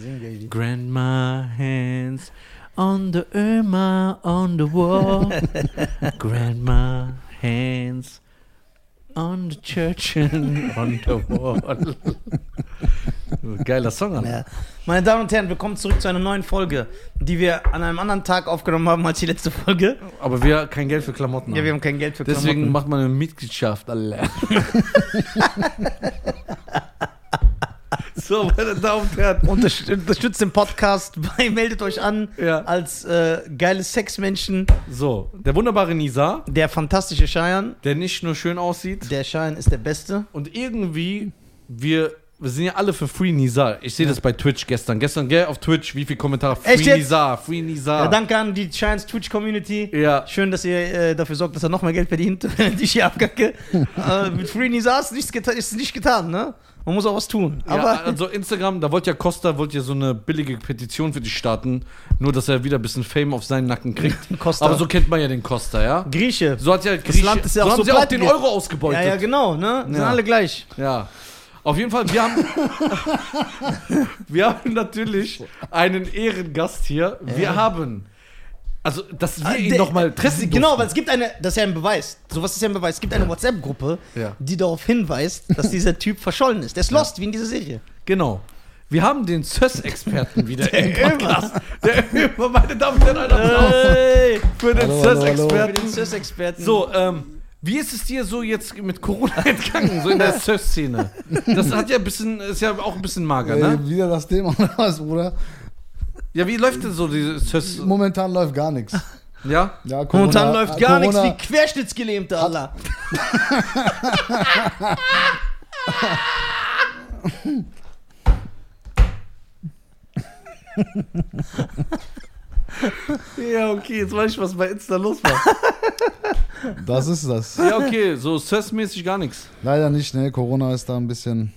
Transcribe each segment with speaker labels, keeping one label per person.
Speaker 1: Lady.
Speaker 2: Grandma hands on the Irma on the wall. Grandma hands on the church and on the wall. Geiler Song, Alter.
Speaker 1: Ja. Meine Damen und Herren, willkommen zurück zu einer neuen Folge, die wir an einem anderen Tag aufgenommen haben als die letzte Folge.
Speaker 2: Aber wir haben kein Geld für Klamotten.
Speaker 1: Ja, wir
Speaker 2: haben.
Speaker 1: haben kein Geld für
Speaker 2: Deswegen
Speaker 1: Klamotten.
Speaker 2: macht man eine Mitgliedschaft, Alter. so, meine Damen und Herren.
Speaker 1: Unterst unterstützt den Podcast, bei, meldet euch an
Speaker 2: Ja.
Speaker 1: als äh, geile Sexmenschen.
Speaker 2: So, der wunderbare Nisa,
Speaker 1: Der fantastische Scheiern.
Speaker 2: der nicht nur schön aussieht
Speaker 1: Der Scheiern ist der Beste.
Speaker 2: und irgendwie wir wir sind ja alle für Free Nisa. Ich sehe das bei Twitch gestern. Gestern, gell, auf Twitch, wie viel Kommentare? Free
Speaker 1: Echt jetzt?
Speaker 2: Nisa, Free Nisa.
Speaker 1: Ja, danke an die Scheins Twitch Community.
Speaker 2: Ah. Ja,
Speaker 1: Schön, dass ihr äh, dafür sorgt, dass er noch mehr Geld verdient, die ich hier abkacke. äh, mit Free Nisa ist nichts geta- ist nicht getan, ne? Man muss auch was tun.
Speaker 2: Aber
Speaker 1: Aber
Speaker 2: ja, also Instagram, da wollte ja Costa, wollte ja so eine billige Petition für dich starten, nur dass er wieder ein bisschen Fame auf seinen Nacken kriegt.
Speaker 1: Costa.
Speaker 2: Aber so kennt man ja den Costa, ja?
Speaker 1: Grieche.
Speaker 2: So hat ja
Speaker 1: Das Land ist ja
Speaker 2: so
Speaker 1: auch
Speaker 2: haben
Speaker 1: so
Speaker 2: sie auch
Speaker 1: pleite
Speaker 2: den
Speaker 1: geht.
Speaker 2: Euro
Speaker 1: ja,
Speaker 2: ausgebeutet.
Speaker 1: ja, genau, ne? Sind
Speaker 2: Ja.
Speaker 1: alle gleich.
Speaker 2: Ja. Auf jeden Fall, wir haben, wir haben natürlich einen Ehrengast hier. Wir haben, also, dass wir ihn
Speaker 1: Der-
Speaker 2: nochmal treffen
Speaker 1: Genau, weil
Speaker 2: durften.
Speaker 1: es gibt eine, das ist ja ein Beweis, sowas ist ja ein Beweis, es gibt eine WhatsApp-Gruppe,
Speaker 2: Ja.
Speaker 1: die darauf hinweist, dass dieser Typ verschollen ist. Der ist lost, wie in dieser Serie.
Speaker 2: Genau. Wir haben den SÖS-Experten wieder im
Speaker 1: Der
Speaker 2: Podcast. Der immer, meine Damen und Herren, einen Applaus
Speaker 1: Hey,
Speaker 2: für den
Speaker 3: Hallo, hallo, hallo.
Speaker 1: für den
Speaker 2: SÖS-Experten.
Speaker 1: SIS-Experten.
Speaker 2: So, ähm, wie ist es dir so jetzt mit Corona entgangen, so in der SÖS-Szene? Das hat ja ein bisschen, ist ja auch ein bisschen mager,
Speaker 3: Ey,
Speaker 2: ne?
Speaker 3: wieder das Thema oder was, Bruder?
Speaker 2: Ja, wie läuft denn so diese SÖS?
Speaker 3: Momentan läuft gar nichts.
Speaker 2: Ja?
Speaker 3: Ja,
Speaker 1: momentan läuft gar nichts wie
Speaker 3: Corona-
Speaker 1: Querschnittsgelähmter, Allah.
Speaker 2: Ja, okay, jetzt weiß ich, was bei Insta los war.
Speaker 3: Das ist das.
Speaker 2: Ja, okay, so SES-mäßig gar nichts.
Speaker 3: Leider nicht, ne? Corona ist da ein bisschen.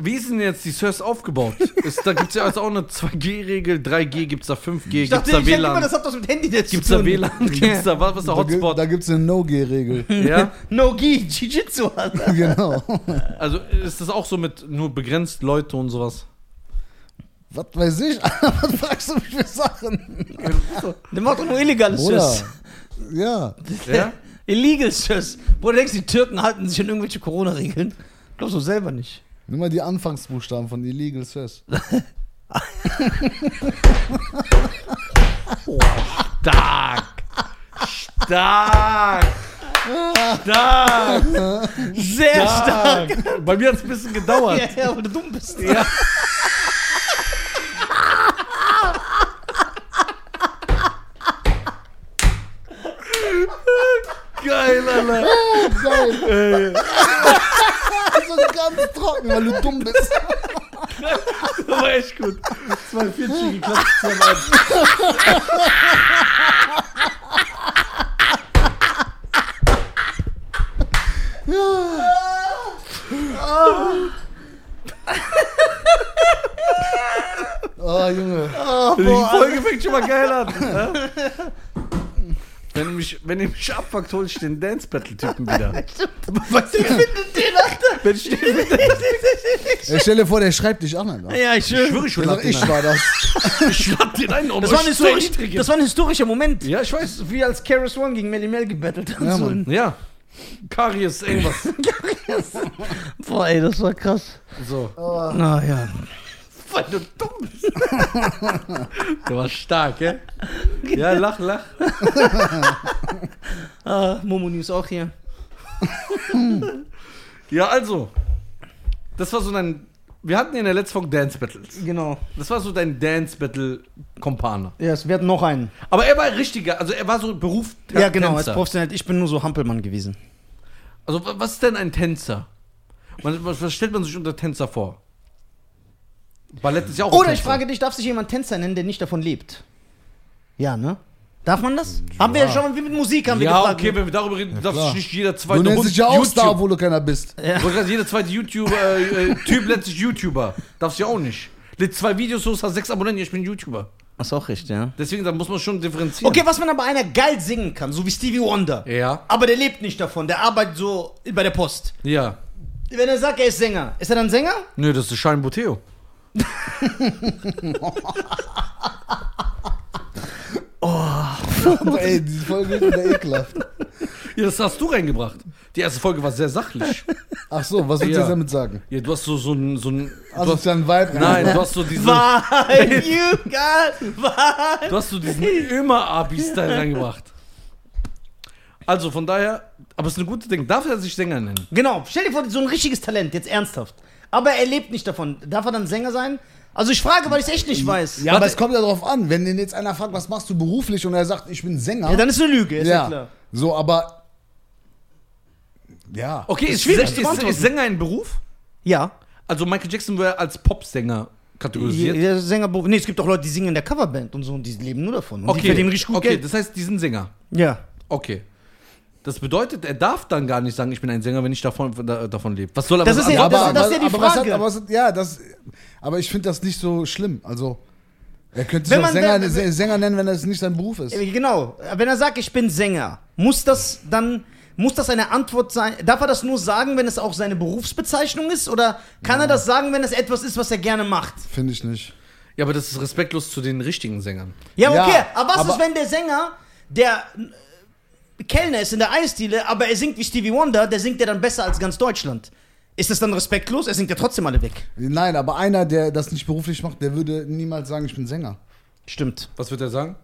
Speaker 2: Wie ist denn jetzt die SES aufgebaut? Ist, da gibt es ja also auch eine 2G-Regel, 3G, gibt es da 5G,
Speaker 1: Ich
Speaker 2: gibt es
Speaker 1: dachte,
Speaker 2: da
Speaker 1: ich denke immer,
Speaker 2: WLAN?
Speaker 1: das hat was mit Handy jetzt
Speaker 2: Gibt es
Speaker 1: zu
Speaker 2: da
Speaker 1: tun.
Speaker 2: WLAN? Gibt es da was, was ist der
Speaker 3: Da, gi- da
Speaker 2: Hotspot?
Speaker 3: gibt es eine No-G-Regel.
Speaker 2: Ja?
Speaker 1: No Gi, Jiu-Jitsu, Alter.
Speaker 3: genau.
Speaker 2: Also ist das auch so mit nur begrenzt Leute und sowas?
Speaker 3: Was weiß ich? was fragst du mich für Sachen?
Speaker 1: Der macht doch nur illegales Schiss.
Speaker 3: Bruder. Ja.
Speaker 2: Ja?
Speaker 1: Illegal Schiss. Wo du denkst, die Türken halten sich an irgendwelche Corona-Regeln? Glaubst du selber nicht.
Speaker 3: Nimm mal die Anfangsbuchstaben von Illegal Sess.
Speaker 2: Stark! Stark! Stark!
Speaker 1: Sehr stark.
Speaker 2: Stark! Bei mir hat es ein bisschen gedauert.
Speaker 1: Ja, ja, weil du dumm bist.
Speaker 2: Ja. Geil, Alter!
Speaker 3: Geil.
Speaker 2: Ey,
Speaker 3: Also ganz trocken, weil du dumm bist.
Speaker 2: das war echt gut. 240 geklatscht zusammen. an.
Speaker 3: Oh, Junge.
Speaker 2: Die Folge fängt schon mal geil an. Ne? Wenn, ihr mich, wenn ihr mich abfuckt, hol ich den Dance-Battle-Typen wieder.
Speaker 1: Was ich finde den, Alter.
Speaker 2: Wenn ich den wieder.
Speaker 3: Ey, stell dir vor, der schreibt dich an, Alter.
Speaker 1: Ja, ich schwöre.
Speaker 2: Schwöre ich, ich
Speaker 3: Der sagt, ich war das.
Speaker 2: schlag den ein. um
Speaker 1: Das war,
Speaker 2: euch
Speaker 1: ein
Speaker 2: zu
Speaker 1: historisch,
Speaker 2: erniedrigen.
Speaker 1: das war ein historischer Moment.
Speaker 2: Ja, ich weiß.
Speaker 1: Wie als Karis One gegen Melly Mel gebettelt hat.
Speaker 3: Ja,
Speaker 1: so
Speaker 3: Mann.
Speaker 2: Ja. Karies, irgendwas.
Speaker 1: ein- Boah, ey, das war krass.
Speaker 2: So.
Speaker 1: Na ja.
Speaker 2: Weil du dumm bist. Der war stark, gell? Ja, lach, lach.
Speaker 1: Ah, Momo News auch hier.
Speaker 2: Ja, also. Das war so dein. Wir hatten ja in der letzten Folge Dance Battles.
Speaker 1: Genau.
Speaker 2: Das war so dein Dance Battle-Kompane.
Speaker 1: Yes, wir hatten noch einen.
Speaker 2: Aber er war richtiger, also er war so Beruf
Speaker 1: Ja, genau, als
Speaker 2: Tänzer.
Speaker 1: professionell. Ich bin nur so Hampelmann gewesen.
Speaker 2: Also wa- was ist denn ein Tänzer? Man, was, was stellt man sich unter Tänzer vor? Ballett ist ja auch ein
Speaker 1: Oder ich
Speaker 2: Tänzer.
Speaker 1: frage dich, darf sich jemand Tänzer nennen, der nicht davon lebt? Ja, ne? Darf man das? Haben wir ja schon mal wie mit Musik haben
Speaker 2: Ja,
Speaker 1: wir
Speaker 2: okay,
Speaker 1: gefragt. ne?
Speaker 2: wenn wir darüber reden, darf
Speaker 3: klar.
Speaker 2: sich nicht jeder zweite
Speaker 3: Du nennst
Speaker 2: Hund
Speaker 3: dich ja auch Star,
Speaker 2: YouTube.
Speaker 3: obwohl du keiner bist.
Speaker 2: Ich wollte gerade, jeder zweite YouTuber, äh, äh, Typ nennt sich YouTuber. Darfst du ja auch nicht. Lädt zwei Videos hoch, hast sechs Abonnenten, ich bin YouTuber.
Speaker 1: Ist auch recht, ja.
Speaker 2: Deswegen, da muss man schon differenzieren.
Speaker 1: Okay, was wenn aber einer geil singen kann, so wie Stevie Wonder.
Speaker 2: Ja.
Speaker 1: Aber der lebt nicht davon, der arbeitet so bei der Post.
Speaker 2: Ja.
Speaker 1: Wenn er sagt, er ist Sänger, ist er dann Sänger?
Speaker 2: Nö, das ist Schein Boteo.
Speaker 3: Ey, diese Folge ist wieder ekelhaft.
Speaker 2: Ja, das hast du reingebracht. Die erste Folge war sehr sachlich.
Speaker 3: Ach so, was willst du
Speaker 2: Ja.
Speaker 3: jetzt damit sagen?
Speaker 2: Ja, du hast so, so ein. So ein du
Speaker 3: Also,
Speaker 2: hast,
Speaker 3: ist ja ein Vibe.
Speaker 2: nein, du hast so diese.
Speaker 1: Weil, you got, weil.
Speaker 2: Du hast so diesen immer Abi-Style reingebracht. Also von daher, aber es ist eine gute Ding. Darf er sich Sänger nennen?
Speaker 1: Genau, stell dir vor, so ein richtiges Talent, jetzt ernsthaft. Aber er lebt nicht davon. Darf er dann Sänger sein? Also ich frage, weil ich es echt nicht weiß.
Speaker 3: Ja, aber
Speaker 2: Warte.
Speaker 3: es kommt ja drauf an. Wenn den jetzt einer fragt, was machst du beruflich und er sagt, ich bin Sänger.
Speaker 1: Ja, dann ist eine Lüge, ist ja, klar.
Speaker 3: So, aber. Ja.
Speaker 2: Okay,
Speaker 1: Ist
Speaker 2: ist,
Speaker 1: schwierig
Speaker 2: ist,
Speaker 1: zu
Speaker 2: ist,
Speaker 1: beantworten.
Speaker 2: ist Sänger ein Beruf?
Speaker 1: Ja.
Speaker 2: Also Michael Jackson wäre als Popsänger kategorisiert.
Speaker 1: Der Sänger, nee, es gibt auch Leute, die singen in der Coverband und so und die leben nur davon. Und
Speaker 2: okay,
Speaker 1: die verdienen richtig gut
Speaker 2: okay
Speaker 1: Geld.
Speaker 2: das heißt, die sind Sänger.
Speaker 1: Ja.
Speaker 2: Okay. Das bedeutet, er darf dann gar nicht sagen, ich bin ein Sänger, wenn ich davon, da, davon lebe. Was soll er
Speaker 1: Das
Speaker 2: was
Speaker 1: ist ja-
Speaker 2: anderes?
Speaker 1: das- das ist ja die
Speaker 3: aber was
Speaker 1: Frage.
Speaker 3: Hat, aber was hat, ja, das, aber ich finde das nicht so schlimm. Also, er
Speaker 1: Wenn
Speaker 3: könnte sich auch
Speaker 1: man
Speaker 3: Sänger,
Speaker 1: dann-
Speaker 3: Sä- Sänger nennen, wenn das nicht sein Beruf ist.
Speaker 1: Äh, Genau. Wenn er sagt, ich bin Sänger, muss das dann, muss das eine Antwort sein? Darf er das nur sagen, wenn es auch seine Berufsbezeichnung ist? Oder kann er das sagen, wenn es etwas ist, was er gerne macht?
Speaker 3: Finde ich nicht.
Speaker 2: ja, aber das ist respektlos zu den richtigen Sängern.
Speaker 1: Ja,
Speaker 3: Ja,
Speaker 1: okay. aber was ist,
Speaker 3: aber-
Speaker 1: wenn der Sänger, der äh, Kellner ist in der Eisdiele, aber er singt wie Stevie Wonder, der singt ja dann besser als ganz Deutschland. Ist das dann respektlos? Er singt ja trotzdem alle weg.
Speaker 3: Nein, aber einer, der das nicht beruflich macht, der würde niemals sagen, ich bin Sänger.
Speaker 1: Stimmt.
Speaker 2: Was wird er sagen?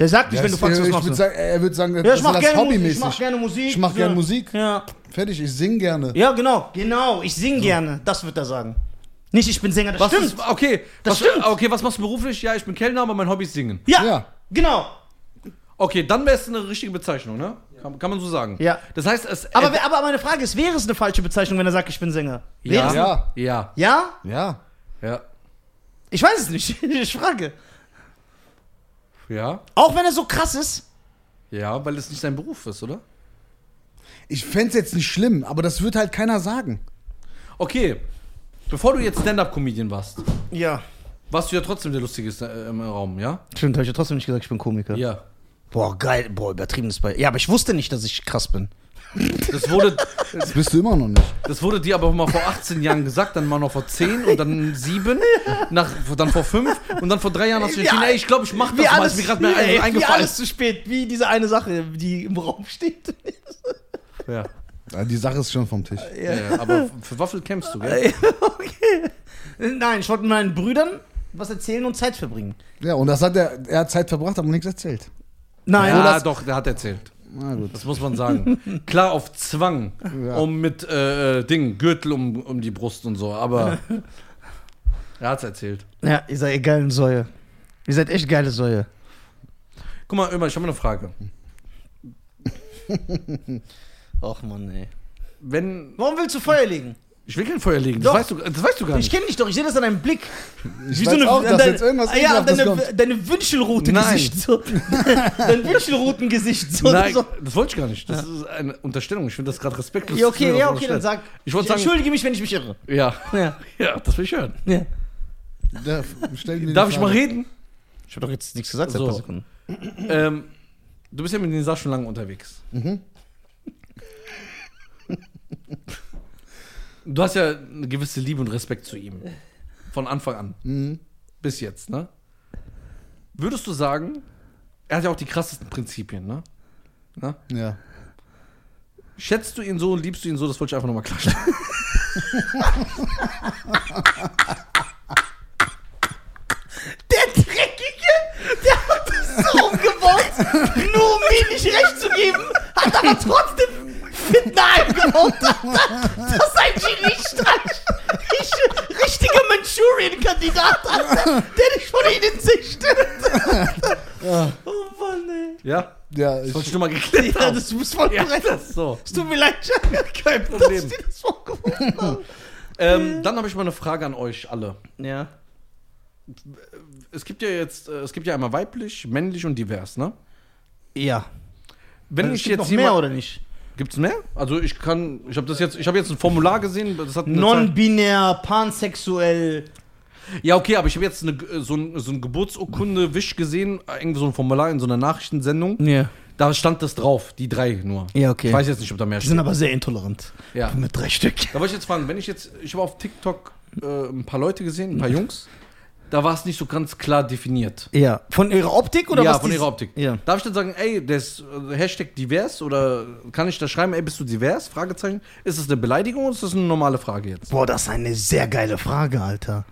Speaker 1: Der sagt nicht,
Speaker 3: Er
Speaker 1: wenn du fragst, was
Speaker 3: ich
Speaker 1: machst
Speaker 3: würd
Speaker 1: du.
Speaker 3: sagen, er würde sagen,
Speaker 1: Ja,
Speaker 3: dass
Speaker 1: ich
Speaker 3: er
Speaker 1: mach,
Speaker 3: das
Speaker 1: gerne Musik, ich
Speaker 3: hobbymäßig.
Speaker 1: mach gerne Musik.
Speaker 3: Ich mach
Speaker 1: ja.
Speaker 3: gerne Musik.
Speaker 1: Ja.
Speaker 3: Fertig, ich singe gerne.
Speaker 1: ja, genau. Genau, ich sing gerne. Das wird er sagen. Nicht, ich bin Sänger, das
Speaker 2: Was
Speaker 1: stimmt.
Speaker 2: Ist, okay,
Speaker 1: Das
Speaker 2: was,
Speaker 1: stimmt.
Speaker 2: Okay, was machst du beruflich? Ja, ich bin Kellner, aber mein Hobby ist Singen.
Speaker 1: Ja,
Speaker 3: Ja.
Speaker 1: genau.
Speaker 2: Okay, dann wäre es eine richtige Bezeichnung, ne? Kann, kann man so sagen.
Speaker 1: Ja.
Speaker 2: Das heißt, es.
Speaker 1: Aber,
Speaker 2: äh,
Speaker 1: wer- aber meine Frage ist, wäre es eine falsche Bezeichnung, wenn er sagt, ich bin Sänger? Wäre
Speaker 2: ja,
Speaker 1: es-
Speaker 2: ja. Ja.
Speaker 1: Ja?
Speaker 3: Ja.
Speaker 2: Ja.
Speaker 1: Ich weiß es nicht. Ich frage.
Speaker 2: Ja.
Speaker 1: Auch wenn er so krass ist.
Speaker 2: Ja, weil es nicht sein Beruf ist, oder?
Speaker 3: Ich fände es jetzt nicht schlimm, aber das wird halt keiner sagen.
Speaker 2: Okay. Bevor du jetzt Stand-Up-Comedian warst,
Speaker 1: Ja.
Speaker 2: warst du ja trotzdem der Lustige äh, im Raum, ja?
Speaker 1: Stimmt, habe ich ja trotzdem nicht gesagt, ich bin Komiker.
Speaker 2: Ja.
Speaker 1: Boah, geil. Boah, übertriebenes Beispiel. Ja, aber ich wusste nicht, dass ich krass bin.
Speaker 2: Das wurde,
Speaker 3: Das bist du immer noch nicht.
Speaker 2: das wurde dir aber mal vor 18 Jahren gesagt, dann mal noch vor 10 und dann 7, nach, dann vor 5 und dann vor 3 Jahren hast du
Speaker 1: Wie
Speaker 2: entschieden,
Speaker 1: al-
Speaker 2: ey, ich glaube, ich mach das mal, ist mir gerade mehr
Speaker 1: ey,
Speaker 2: ein-
Speaker 1: wie
Speaker 2: eingefallen.
Speaker 1: alles zu spät. Wie diese eine Sache, die im Raum steht.
Speaker 2: Ja.
Speaker 3: Ja, Die Sache ist schon vom Tisch.
Speaker 2: Ja. ja, aber für Waffel kämpfst du, gell?
Speaker 1: okay. Nein, ich wollte meinen Brüdern was erzählen und Zeit verbringen.
Speaker 3: Ja, und das hat er, er hat Zeit verbracht, aber nichts erzählt.
Speaker 1: Nein,
Speaker 2: Ja,
Speaker 1: das-
Speaker 2: doch, der hat erzählt.
Speaker 3: Na gut.
Speaker 2: Das muss man sagen. Klar, auf Zwang.
Speaker 3: Ja.
Speaker 2: Um mit äh, äh, Ding, Gürtel um, um die Brust und so, aber. er hat's erzählt.
Speaker 1: ja, ihr seid ihr geilen Säue. Ihr seid echt geile Säue.
Speaker 2: Guck mal, Ömer, ich habe mal eine Frage.
Speaker 1: Och Mann, ey.
Speaker 2: Wenn.
Speaker 1: Warum willst du Feuer legen?
Speaker 2: Ich will kein Feuer legen, das
Speaker 1: Doch.
Speaker 2: weißt, du, das weißt du gar
Speaker 1: Ich
Speaker 2: nicht.
Speaker 1: kenne dich doch, ich sehe das an deinem Blick.
Speaker 3: Ich weiß auch, dass jetzt irgendwas
Speaker 1: Ah ja, an
Speaker 3: Ekelhaftes
Speaker 1: deine,
Speaker 3: kommt.
Speaker 1: deine Wünschelroute-Gesicht. So. Dein Wünschelrouten-Gesicht. So,
Speaker 2: Nein,
Speaker 1: so.
Speaker 2: das wollte ich gar nicht. Das ist eine Unterstellung. Ich finde das gerade respektlos.
Speaker 1: Ja,
Speaker 2: Das ist
Speaker 1: okay,
Speaker 2: mir
Speaker 1: ja,
Speaker 2: was
Speaker 1: okay, dann
Speaker 2: unterstellt.
Speaker 1: sag.
Speaker 2: Ich wollte sagen-
Speaker 1: entschuldige mich, wenn ich mich irre.
Speaker 2: Ja.
Speaker 1: Ja.
Speaker 2: ja, das will ich hören.
Speaker 1: ja.
Speaker 3: Da, stell mir die
Speaker 2: Darf ich
Speaker 3: Frage.
Speaker 2: mal reden?
Speaker 1: Ich habe doch jetzt nichts gesagt
Speaker 2: seit ein paar Sekunden. Ähm, du bist ja mit Nisa schon lange unterwegs.
Speaker 1: Mhm.
Speaker 2: Du hast ja eine gewisse Liebe und Respekt zu ihm. Von Anfang an.
Speaker 3: Mhm.
Speaker 2: Bis jetzt, ne? Würdest du sagen, er hat ja auch die krassesten Prinzipien, ne? ne?
Speaker 3: Ja.
Speaker 2: Schätzt du ihn so, liebst du ihn so? Das wollte ich einfach nochmal klarstellen.
Speaker 1: Der Dreckige, der hat das so umgebaut, nur um mir nicht recht zu geben, hat aber trotzdem Fitna eingebaut. Das ist ein Geniestreich. Ich, richtiger Manchurian-Kandidat, Alter, der dich von ihnen züchtet. Oh Mann, ey.
Speaker 2: ja?
Speaker 3: Ja,
Speaker 2: Das
Speaker 3: ich,
Speaker 2: wollte ich nur mal geklärt
Speaker 1: Ja,
Speaker 2: haben.
Speaker 1: das ist voll
Speaker 2: Genau. ja,
Speaker 1: korrekt.
Speaker 2: das ist so.
Speaker 1: Es tut mir leid, Jack,
Speaker 2: Kein
Speaker 1: dass
Speaker 2: Problem.
Speaker 1: die das vorgeworfen haben.
Speaker 2: Ähm, dann habe ich mal eine Frage an euch alle.
Speaker 1: Ja.
Speaker 2: Es gibt ja jetzt, äh, es gibt ja einmal weiblich, männlich und divers, ne? Äh,
Speaker 1: Ja. Also,
Speaker 2: Wenn
Speaker 1: es
Speaker 2: ich
Speaker 1: gibt
Speaker 2: jetzt
Speaker 1: noch
Speaker 2: jemand-
Speaker 1: mehr oder nicht?
Speaker 2: Gibt's mehr? Also ich kann, ich habe das jetzt, ich habe jetzt ein Formular gesehen, das hat eine
Speaker 1: Non-binär, pansexuell.
Speaker 2: Zeit- Ja, okay, aber ich habe jetzt eine, äh, so, ein, so ein Geburtsurkunde Wisch gesehen, äh, irgendwie so ein Formular in so einer Nachrichtensendung.
Speaker 1: Ja.
Speaker 2: Da stand das drauf, die drei nur.
Speaker 1: Ja, okay.
Speaker 2: Ich weiß jetzt nicht, ob da mehr
Speaker 1: Die sind
Speaker 2: steht.
Speaker 1: aber sehr intolerant.
Speaker 2: Ja.
Speaker 1: Mit drei Stück.
Speaker 2: Da wollte ich jetzt fragen, wenn ich jetzt, ich war auf TikTok äh, ein paar Leute gesehen, ein paar Jungs. Da war es nicht so ganz klar definiert.
Speaker 1: Ja. Von ihrer Optik oder
Speaker 2: ja,
Speaker 1: was?
Speaker 2: von
Speaker 1: die-
Speaker 2: ihrer Optik.
Speaker 1: Ja.
Speaker 2: Darf ich dann sagen, ey, der ist äh, Hashtag divers oder kann ich da schreiben, ey, bist du divers? Fragezeichen. Ist das eine Beleidigung oder ist das eine normale Frage jetzt?
Speaker 1: Boah, das ist eine sehr geile Frage, Alter.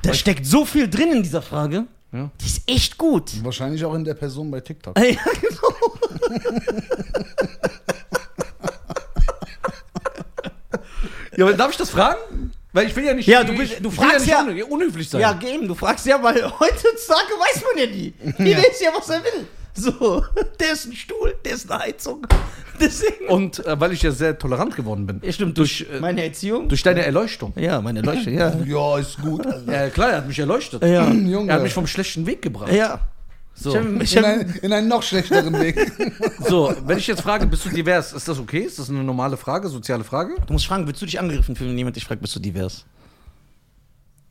Speaker 1: Da steckt so viel drin in dieser Frage.
Speaker 2: Ja.
Speaker 1: Die ist echt gut.
Speaker 3: Wahrscheinlich auch in der Person bei TikTok.
Speaker 1: Ja, genau.
Speaker 2: Ja, aber darf ich das fragen? Weil ich will ja nicht.
Speaker 1: Ja, du
Speaker 2: ich-
Speaker 1: bist- du
Speaker 2: ich will
Speaker 1: fragst ja-
Speaker 2: ja, nicht un- unhöflich sein.
Speaker 1: ja, eben. Du fragst ja, weil heutzutage weiß man ja nie. Jeder ist ja, was er will. So, der ist ein Stuhl, der ist eine Heizung. Deswegen.
Speaker 2: Und äh, weil ich ja sehr tolerant geworden bin.
Speaker 1: Ja, stimmt,
Speaker 2: Durch, äh,
Speaker 1: meine Erziehung.
Speaker 2: durch deine Erleuchtung.
Speaker 1: ja, meine Leuchte, ja.
Speaker 3: Ja, ist gut. Also.
Speaker 2: Ja, klar, er hat mich erleuchtet.
Speaker 1: Ja.
Speaker 3: Junge.
Speaker 2: Er hat mich vom schlechten Weg gebracht.
Speaker 1: Ja.
Speaker 2: So.
Speaker 1: Ich hab, ich
Speaker 3: in,
Speaker 1: hab,
Speaker 3: ein, in einen noch schlechteren Weg.
Speaker 2: so, wenn ich jetzt frage, bist du divers, ist das okay? Ist das eine normale Frage, soziale Frage?
Speaker 1: du musst fragen, willst du dich angegriffen fühlen, wenn jemand dich fragt, bist du divers?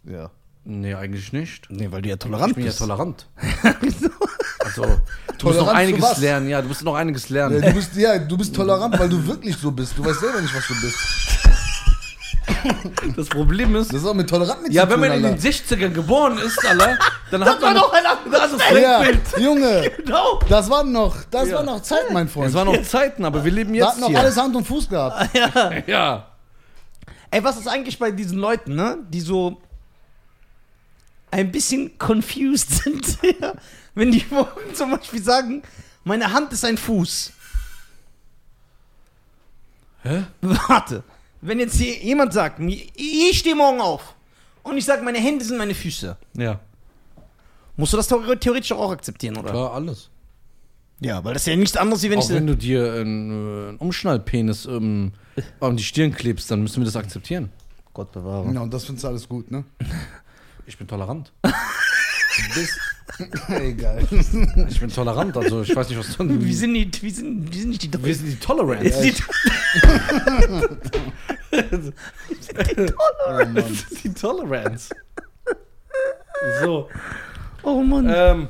Speaker 3: ja.
Speaker 2: Nee, eigentlich nicht.
Speaker 1: Nee, weil du ja
Speaker 2: Ich
Speaker 1: tolerant
Speaker 2: bin ja
Speaker 1: bist.
Speaker 2: tolerant. Also, du musst noch
Speaker 3: für
Speaker 2: einiges
Speaker 3: was?
Speaker 2: lernen, ja, du musst noch einiges
Speaker 3: Ja,
Speaker 2: lernen.
Speaker 3: Äh, du bist, ja, du bist tolerant, weil du wirklich so bist. Du weißt selber nicht, was du bist.
Speaker 2: Das Problem ist,
Speaker 3: Das ist auch mit tolerant nichts
Speaker 2: ja,
Speaker 3: zu
Speaker 2: wenn
Speaker 3: tun,
Speaker 2: man in den
Speaker 3: Alter.
Speaker 2: 60ern geboren ist, Alter, dann hat
Speaker 1: war
Speaker 2: man
Speaker 1: doch ein anderes
Speaker 2: Weltbild.
Speaker 3: ja, Junge,
Speaker 1: Genau.
Speaker 3: das war noch, das war noch Zeit, mein Freund.
Speaker 2: Es waren noch Zeiten, aber wir leben
Speaker 3: da
Speaker 2: jetzt
Speaker 3: hat noch
Speaker 2: hier.
Speaker 3: alles Hand und Fuß gehabt.
Speaker 2: Ja.
Speaker 1: Ey, was ist eigentlich bei diesen Leuten, ne? Die so ein bisschen confused sind, ja? wenn die zum Beispiel sagen, meine Hand ist ein Fuß.
Speaker 2: Hä?
Speaker 1: Warte, wenn jetzt hier jemand sagt, mir- ich stehe morgen auf und ich sage, meine Hände sind meine Füße,
Speaker 2: Ja.
Speaker 1: musst du das theore- theoretisch doch auch akzeptieren, oder?
Speaker 2: Klar, alles.
Speaker 1: Ja, weil das ist ja nichts anderes, wie wenn
Speaker 2: Auch
Speaker 1: ich...
Speaker 2: wenn du dir einen, äh, einen Umschnallpenis ähm, an die Stirn klebst, dann müssen wir das akzeptieren.
Speaker 1: Gott bewahre.
Speaker 3: Ja, und das findest du alles gut, ne?
Speaker 2: Ich bin tolerant.
Speaker 3: Du bist. Egal.
Speaker 2: Ich bin tolerant, also ich weiß nicht, was du.
Speaker 1: Wir sind nicht, wir sind, wir sind nicht die
Speaker 2: wir sind die Tolerance.
Speaker 1: Ist die,
Speaker 3: Oh, Mann.
Speaker 2: die Tolerance. So.
Speaker 1: oh Mann.
Speaker 2: Ähm,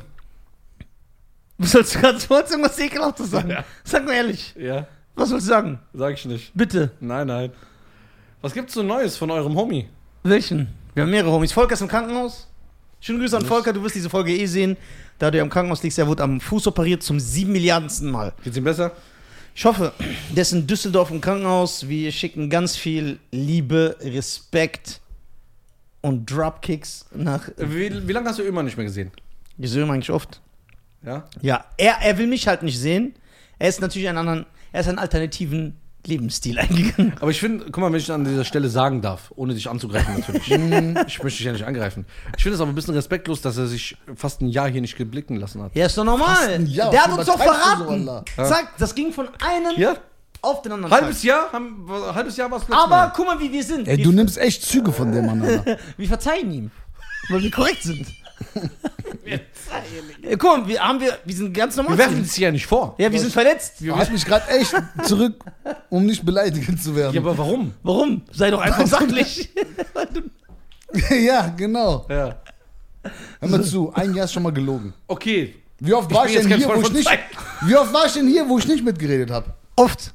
Speaker 1: Was sollst du gerade du wolltest irgendwas Ekelhaftes sagen?
Speaker 2: Ja.
Speaker 1: Sag mal ehrlich,
Speaker 2: ja,
Speaker 1: was sollst du sagen?
Speaker 2: sag ich nicht.
Speaker 1: Bitte.
Speaker 2: Nein, nein. Was gibt's so Neues von eurem Homie?
Speaker 1: Welchen? Wir haben mehrere Homies. Volker ist im Krankenhaus. Schönen Grüße an Volker, du wirst diese Folge eh sehen. Da du ja im Krankenhaus liegst, er wurde am Fuß operiert zum sieben Milliardensten Mal.
Speaker 2: Geht's ihm besser?
Speaker 1: Ich hoffe, der ist in Düsseldorf im Krankenhaus. Wir schicken ganz viel Liebe, Respekt und Dropkicks nach.
Speaker 2: Wie, wie lange hast du Ömer nicht mehr gesehen?
Speaker 1: Wir sehen ihn eigentlich oft.
Speaker 2: Ja?
Speaker 1: Ja, er, er will mich halt nicht sehen. Er ist natürlich einen anderen, er ist einen alternativen Lebensstil eingegangen.
Speaker 2: Aber ich finde, guck mal, wenn ich an dieser Stelle sagen darf, ohne dich anzugreifen natürlich. ich möchte dich ja nicht angreifen. Ich finde es aber ein bisschen respektlos, dass er sich fast ein Jahr hier nicht geblicken lassen hat.
Speaker 1: Ja, ist doch normal.
Speaker 3: ein Jahr,
Speaker 1: der
Speaker 3: was
Speaker 1: hat uns doch
Speaker 3: übertreibst du so,
Speaker 1: verraten.
Speaker 3: Wallah?
Speaker 1: Zack, das ging von einem
Speaker 2: Ja?
Speaker 1: auf den anderen.
Speaker 2: Halbes Jahr? Haben, halbes Jahr war es
Speaker 1: Tag. Aber guck mal, wie wir sind.
Speaker 3: Ey,
Speaker 1: wir,
Speaker 3: du nimmst echt Züge von dem Mann, Alter.
Speaker 1: wir verzeihen ihm, weil wir korrekt sind. wir guck mal, wir, haben wir, wir sind ganz normal.
Speaker 2: Wir werfen es ja nicht vor.
Speaker 1: ja, wir sind verletzt.
Speaker 3: Du hast mich gerade echt zurück, um nicht beleidigt zu
Speaker 2: Ja,
Speaker 3: werden.
Speaker 2: aber warum?
Speaker 1: Warum? Sei doch einfach sachlich.
Speaker 3: Ja, genau.
Speaker 2: Ja.
Speaker 3: Hör mal zu, ein Jahr ist schon mal gelogen.
Speaker 2: Okay.
Speaker 3: Wie oft
Speaker 2: Ich
Speaker 3: war
Speaker 2: bin
Speaker 3: ich,
Speaker 2: jetzt
Speaker 3: denn
Speaker 2: kein
Speaker 3: hier, wo
Speaker 2: Freund
Speaker 3: ich
Speaker 2: von
Speaker 3: nicht. Wie oft war ich denn hier, wo ich nicht mitgeredet habe?
Speaker 1: Oft.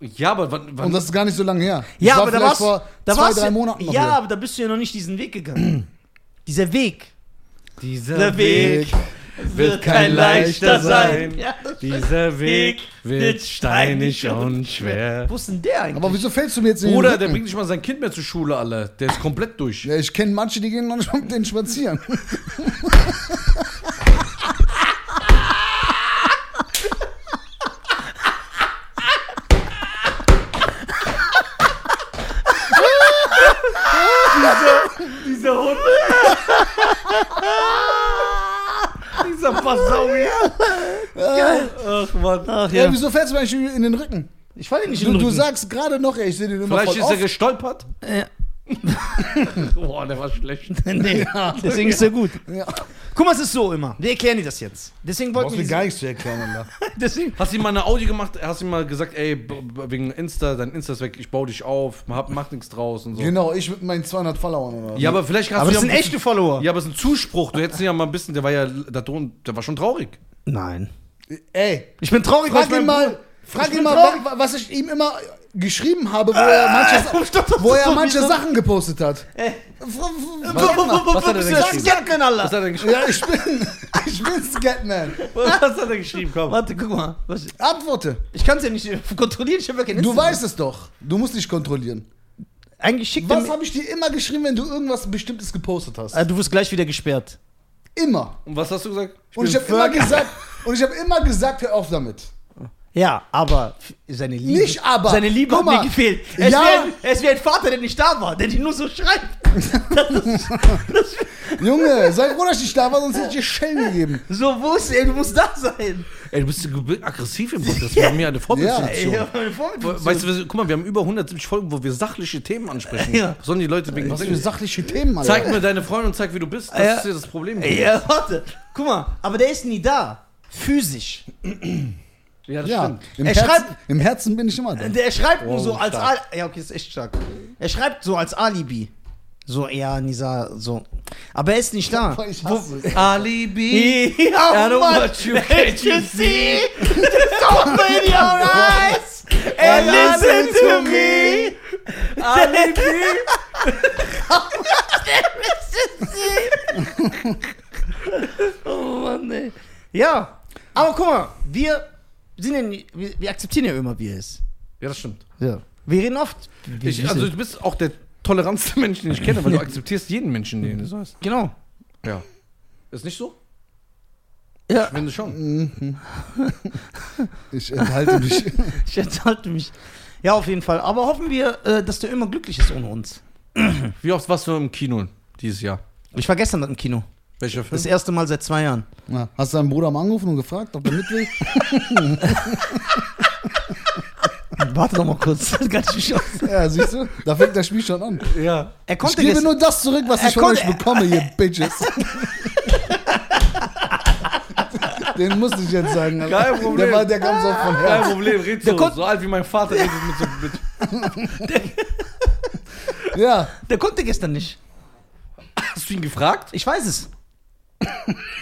Speaker 2: Ja, aber wann,
Speaker 3: Und
Speaker 2: wann,
Speaker 3: das ist gar nicht so lange her.
Speaker 1: Ja,
Speaker 3: das
Speaker 1: aber da
Speaker 3: vielleicht
Speaker 1: warst
Speaker 3: vor
Speaker 1: da
Speaker 3: zwei,
Speaker 1: warst
Speaker 3: drei
Speaker 1: du-
Speaker 3: Monaten noch
Speaker 1: Ja,
Speaker 3: wieder.
Speaker 1: aber da bist du ja noch nicht diesen Weg gegangen. Dieser Weg.
Speaker 2: dieser wird
Speaker 3: kein leichter
Speaker 2: sein.
Speaker 1: Ja, das-
Speaker 2: dieser Weg wird
Speaker 1: wird
Speaker 2: steinig
Speaker 1: steinig
Speaker 2: und schwer.
Speaker 1: Wo ist denn der eigentlich?
Speaker 3: Aber wieso fällst du mir jetzt in den
Speaker 2: Bruder, der
Speaker 3: Rücken?
Speaker 2: bringt nicht mal sein Kind mehr zur Schule, alle. Der ist komplett durch.
Speaker 3: Ja, ich kenne manche, die gehen noch nicht mal mit denen spazieren.
Speaker 2: Dieser Hund. dieser Passaui. Ach, Mann.
Speaker 1: Ach,
Speaker 3: Ja,
Speaker 1: ja.
Speaker 3: wieso fällst du mir eigentlich in den Rücken?
Speaker 1: Ich falle nicht in
Speaker 3: Du,
Speaker 1: den
Speaker 3: du
Speaker 1: Rücken.
Speaker 3: sagst gerade noch, ey, ich sehe den immer
Speaker 2: Vielleicht
Speaker 3: voll
Speaker 2: ist er
Speaker 3: oft.
Speaker 2: gestolpert.
Speaker 1: Ja.
Speaker 2: Boah, der war schlecht.
Speaker 1: nee, deswegen ist er gut.
Speaker 3: Ja.
Speaker 1: Guck mal, es ist so immer. Wir erklären dir das jetzt. Deswegen
Speaker 3: Du
Speaker 1: wollten
Speaker 3: brauchst
Speaker 1: wir.
Speaker 3: mir gar
Speaker 1: diese-
Speaker 3: nichts zu erklären, Alter.
Speaker 1: Deswegen.
Speaker 2: Hast du ihm mal eine Audi gemacht? Hast du ihm mal gesagt, ey, b- b- wegen Insta, dein Insta ist weg, ich baue dich auf, mach, mach nichts draus und so.
Speaker 3: Genau, ich mit meinen 200 Followern oder was?
Speaker 2: Ja, aber vielleicht hast
Speaker 1: Aber das
Speaker 2: du ja
Speaker 1: sind
Speaker 2: ein bisschen-
Speaker 1: echte Follower.
Speaker 2: Ja, aber es ist ein Zuspruch. Du hättest ihn ja mal ein bisschen, der war ja da drunten, der war schon traurig.
Speaker 1: Nein.
Speaker 3: Ey,
Speaker 1: Ich bin traurig, weil
Speaker 3: frag
Speaker 1: ich meinen
Speaker 3: ihn mal,
Speaker 1: Bruder-
Speaker 3: Frag ihn mal, wa- wa- was ich ihm immer geschrieben habe, wo er
Speaker 1: Äh,
Speaker 3: manche, wo er manche Sachen gepostet hat.
Speaker 2: Was, was hat er denn geschrieben?
Speaker 4: Scatman, Alter.
Speaker 2: Was hat er denn geschrieben?
Speaker 3: Ja, ich bin, ich bin Scatman.
Speaker 4: Was hat er geschrieben? Komm.
Speaker 1: Warte, guck mal. Was,
Speaker 3: Antworte.
Speaker 1: ich kann es ja nicht kontrollieren, ich habe ja kein
Speaker 3: Du
Speaker 1: Instagram.
Speaker 3: weißt es doch. Du musst dich kontrollieren.
Speaker 1: Eigentlich schickt er
Speaker 3: Was
Speaker 1: mir...
Speaker 3: habe ich dir immer geschrieben, wenn du irgendwas Bestimmtes gepostet hast?
Speaker 2: Also
Speaker 1: Ah, du wirst gleich wieder gesperrt.
Speaker 3: Immer.
Speaker 2: Und was hast du gesagt?
Speaker 3: Und ich habe immer gesagt, und ich habe immer gesagt, hör auf damit.
Speaker 1: Ja, aber f- seine Liebe.
Speaker 3: Nicht aber.
Speaker 1: Seine Liebe
Speaker 3: Guck
Speaker 1: hat mir
Speaker 3: mal.
Speaker 1: gefehlt. Es
Speaker 3: Ja.
Speaker 1: wäre ein, es wär ein Vater, der nicht da war, der die nur so schreibt.
Speaker 3: Junge, sei froh, dass ich nicht da war, sonst hätte ich dir Schellen gegeben.
Speaker 1: So, wo ist er? Du musst da sein.
Speaker 2: Ey, du bist so ge- aggressiv im Podcast. Wir haben ja eine Vorbildfunktion.
Speaker 1: Ja, meine Vorbildfunktion.
Speaker 2: Weißt du, wir- guck mal, wir haben über 170 Folgen, wo wir sachliche Themen ansprechen.
Speaker 1: Ja.
Speaker 2: Was Sollen die Leute wegen
Speaker 3: Was für sachliche Themen, Alter.
Speaker 2: Zeig mir deine Freundin und zeig, wie du bist. Das
Speaker 1: Ja.
Speaker 2: ist ja das Problem.
Speaker 1: Ja, warte. Guck mal, aber der ist nie da. Physisch.
Speaker 2: Ja, das
Speaker 3: Ja,
Speaker 2: stimmt.
Speaker 3: im,
Speaker 1: Er
Speaker 3: Herzen,
Speaker 1: schreibt-
Speaker 3: im Herzen bin ich immer da.
Speaker 1: Der schreibt nur
Speaker 2: Oh,
Speaker 1: so als Al
Speaker 2: stark.
Speaker 1: Ja, okay, ist echt stark. Er schreibt so als Alibi. So, ja, Nisa, so. Aber er ist nicht da.
Speaker 3: Boah, Ich hasse es.
Speaker 2: Alibi.
Speaker 1: Ja,
Speaker 2: I don't
Speaker 1: Mann.
Speaker 2: want you,
Speaker 1: Can't you see? It's open your eyes and listen to me.
Speaker 2: Alibi.
Speaker 1: Oh Mann, ey. Ja, aber guck mal, wir sind ja, nie- wir, wir akzeptieren ja immer, wie er ist.
Speaker 2: Ja, das stimmt.
Speaker 1: Ja. Wir reden oft. wie- wie
Speaker 2: Ich, also,
Speaker 1: sind.
Speaker 2: du bist auch der toleranteste Mensch, den ich kenne, weil du akzeptierst jeden Menschen, den du so hast.
Speaker 1: genau.
Speaker 2: Ja. Ist nicht so?
Speaker 1: Ja.
Speaker 2: Ich finde schon.
Speaker 3: Ich enthalte mich.
Speaker 1: Ich enthalte mich. Ja, auf jeden Fall. Aber hoffen wir, äh, dass du immer glücklich bist ohne uns.
Speaker 2: Wie oft warst du im Kino dieses Jahr?
Speaker 1: Ich war gestern im Kino.
Speaker 2: Welcher Film?
Speaker 1: Das erste Mal seit zwei Jahren.
Speaker 3: Na, hast du deinen Bruder mal angerufen und gefragt, ob er mit will?
Speaker 1: Warte doch mal kurz. Das ist ganz schön aus.
Speaker 3: Ja, siehst du? Da fängt das Spiel schon an.
Speaker 2: Ja.
Speaker 1: Er
Speaker 3: Ich
Speaker 1: konnte
Speaker 3: gebe
Speaker 1: gestern.
Speaker 3: nur das zurück, was
Speaker 2: Äh,
Speaker 1: Er
Speaker 3: ich von
Speaker 1: konnte-
Speaker 3: euch bekomme, ihr Bitches. Den musste ich jetzt sagen. Alter.
Speaker 2: Kein Problem.
Speaker 3: Der, war, der kam so von Herzen.
Speaker 2: Kein Problem, red
Speaker 1: Der
Speaker 2: so,
Speaker 1: kommt-
Speaker 2: so alt wie mein Vater redet mit so mit.
Speaker 3: Ja,
Speaker 1: Der konnte gestern nicht.
Speaker 2: Hast du ihn gefragt?
Speaker 1: Ich weiß es.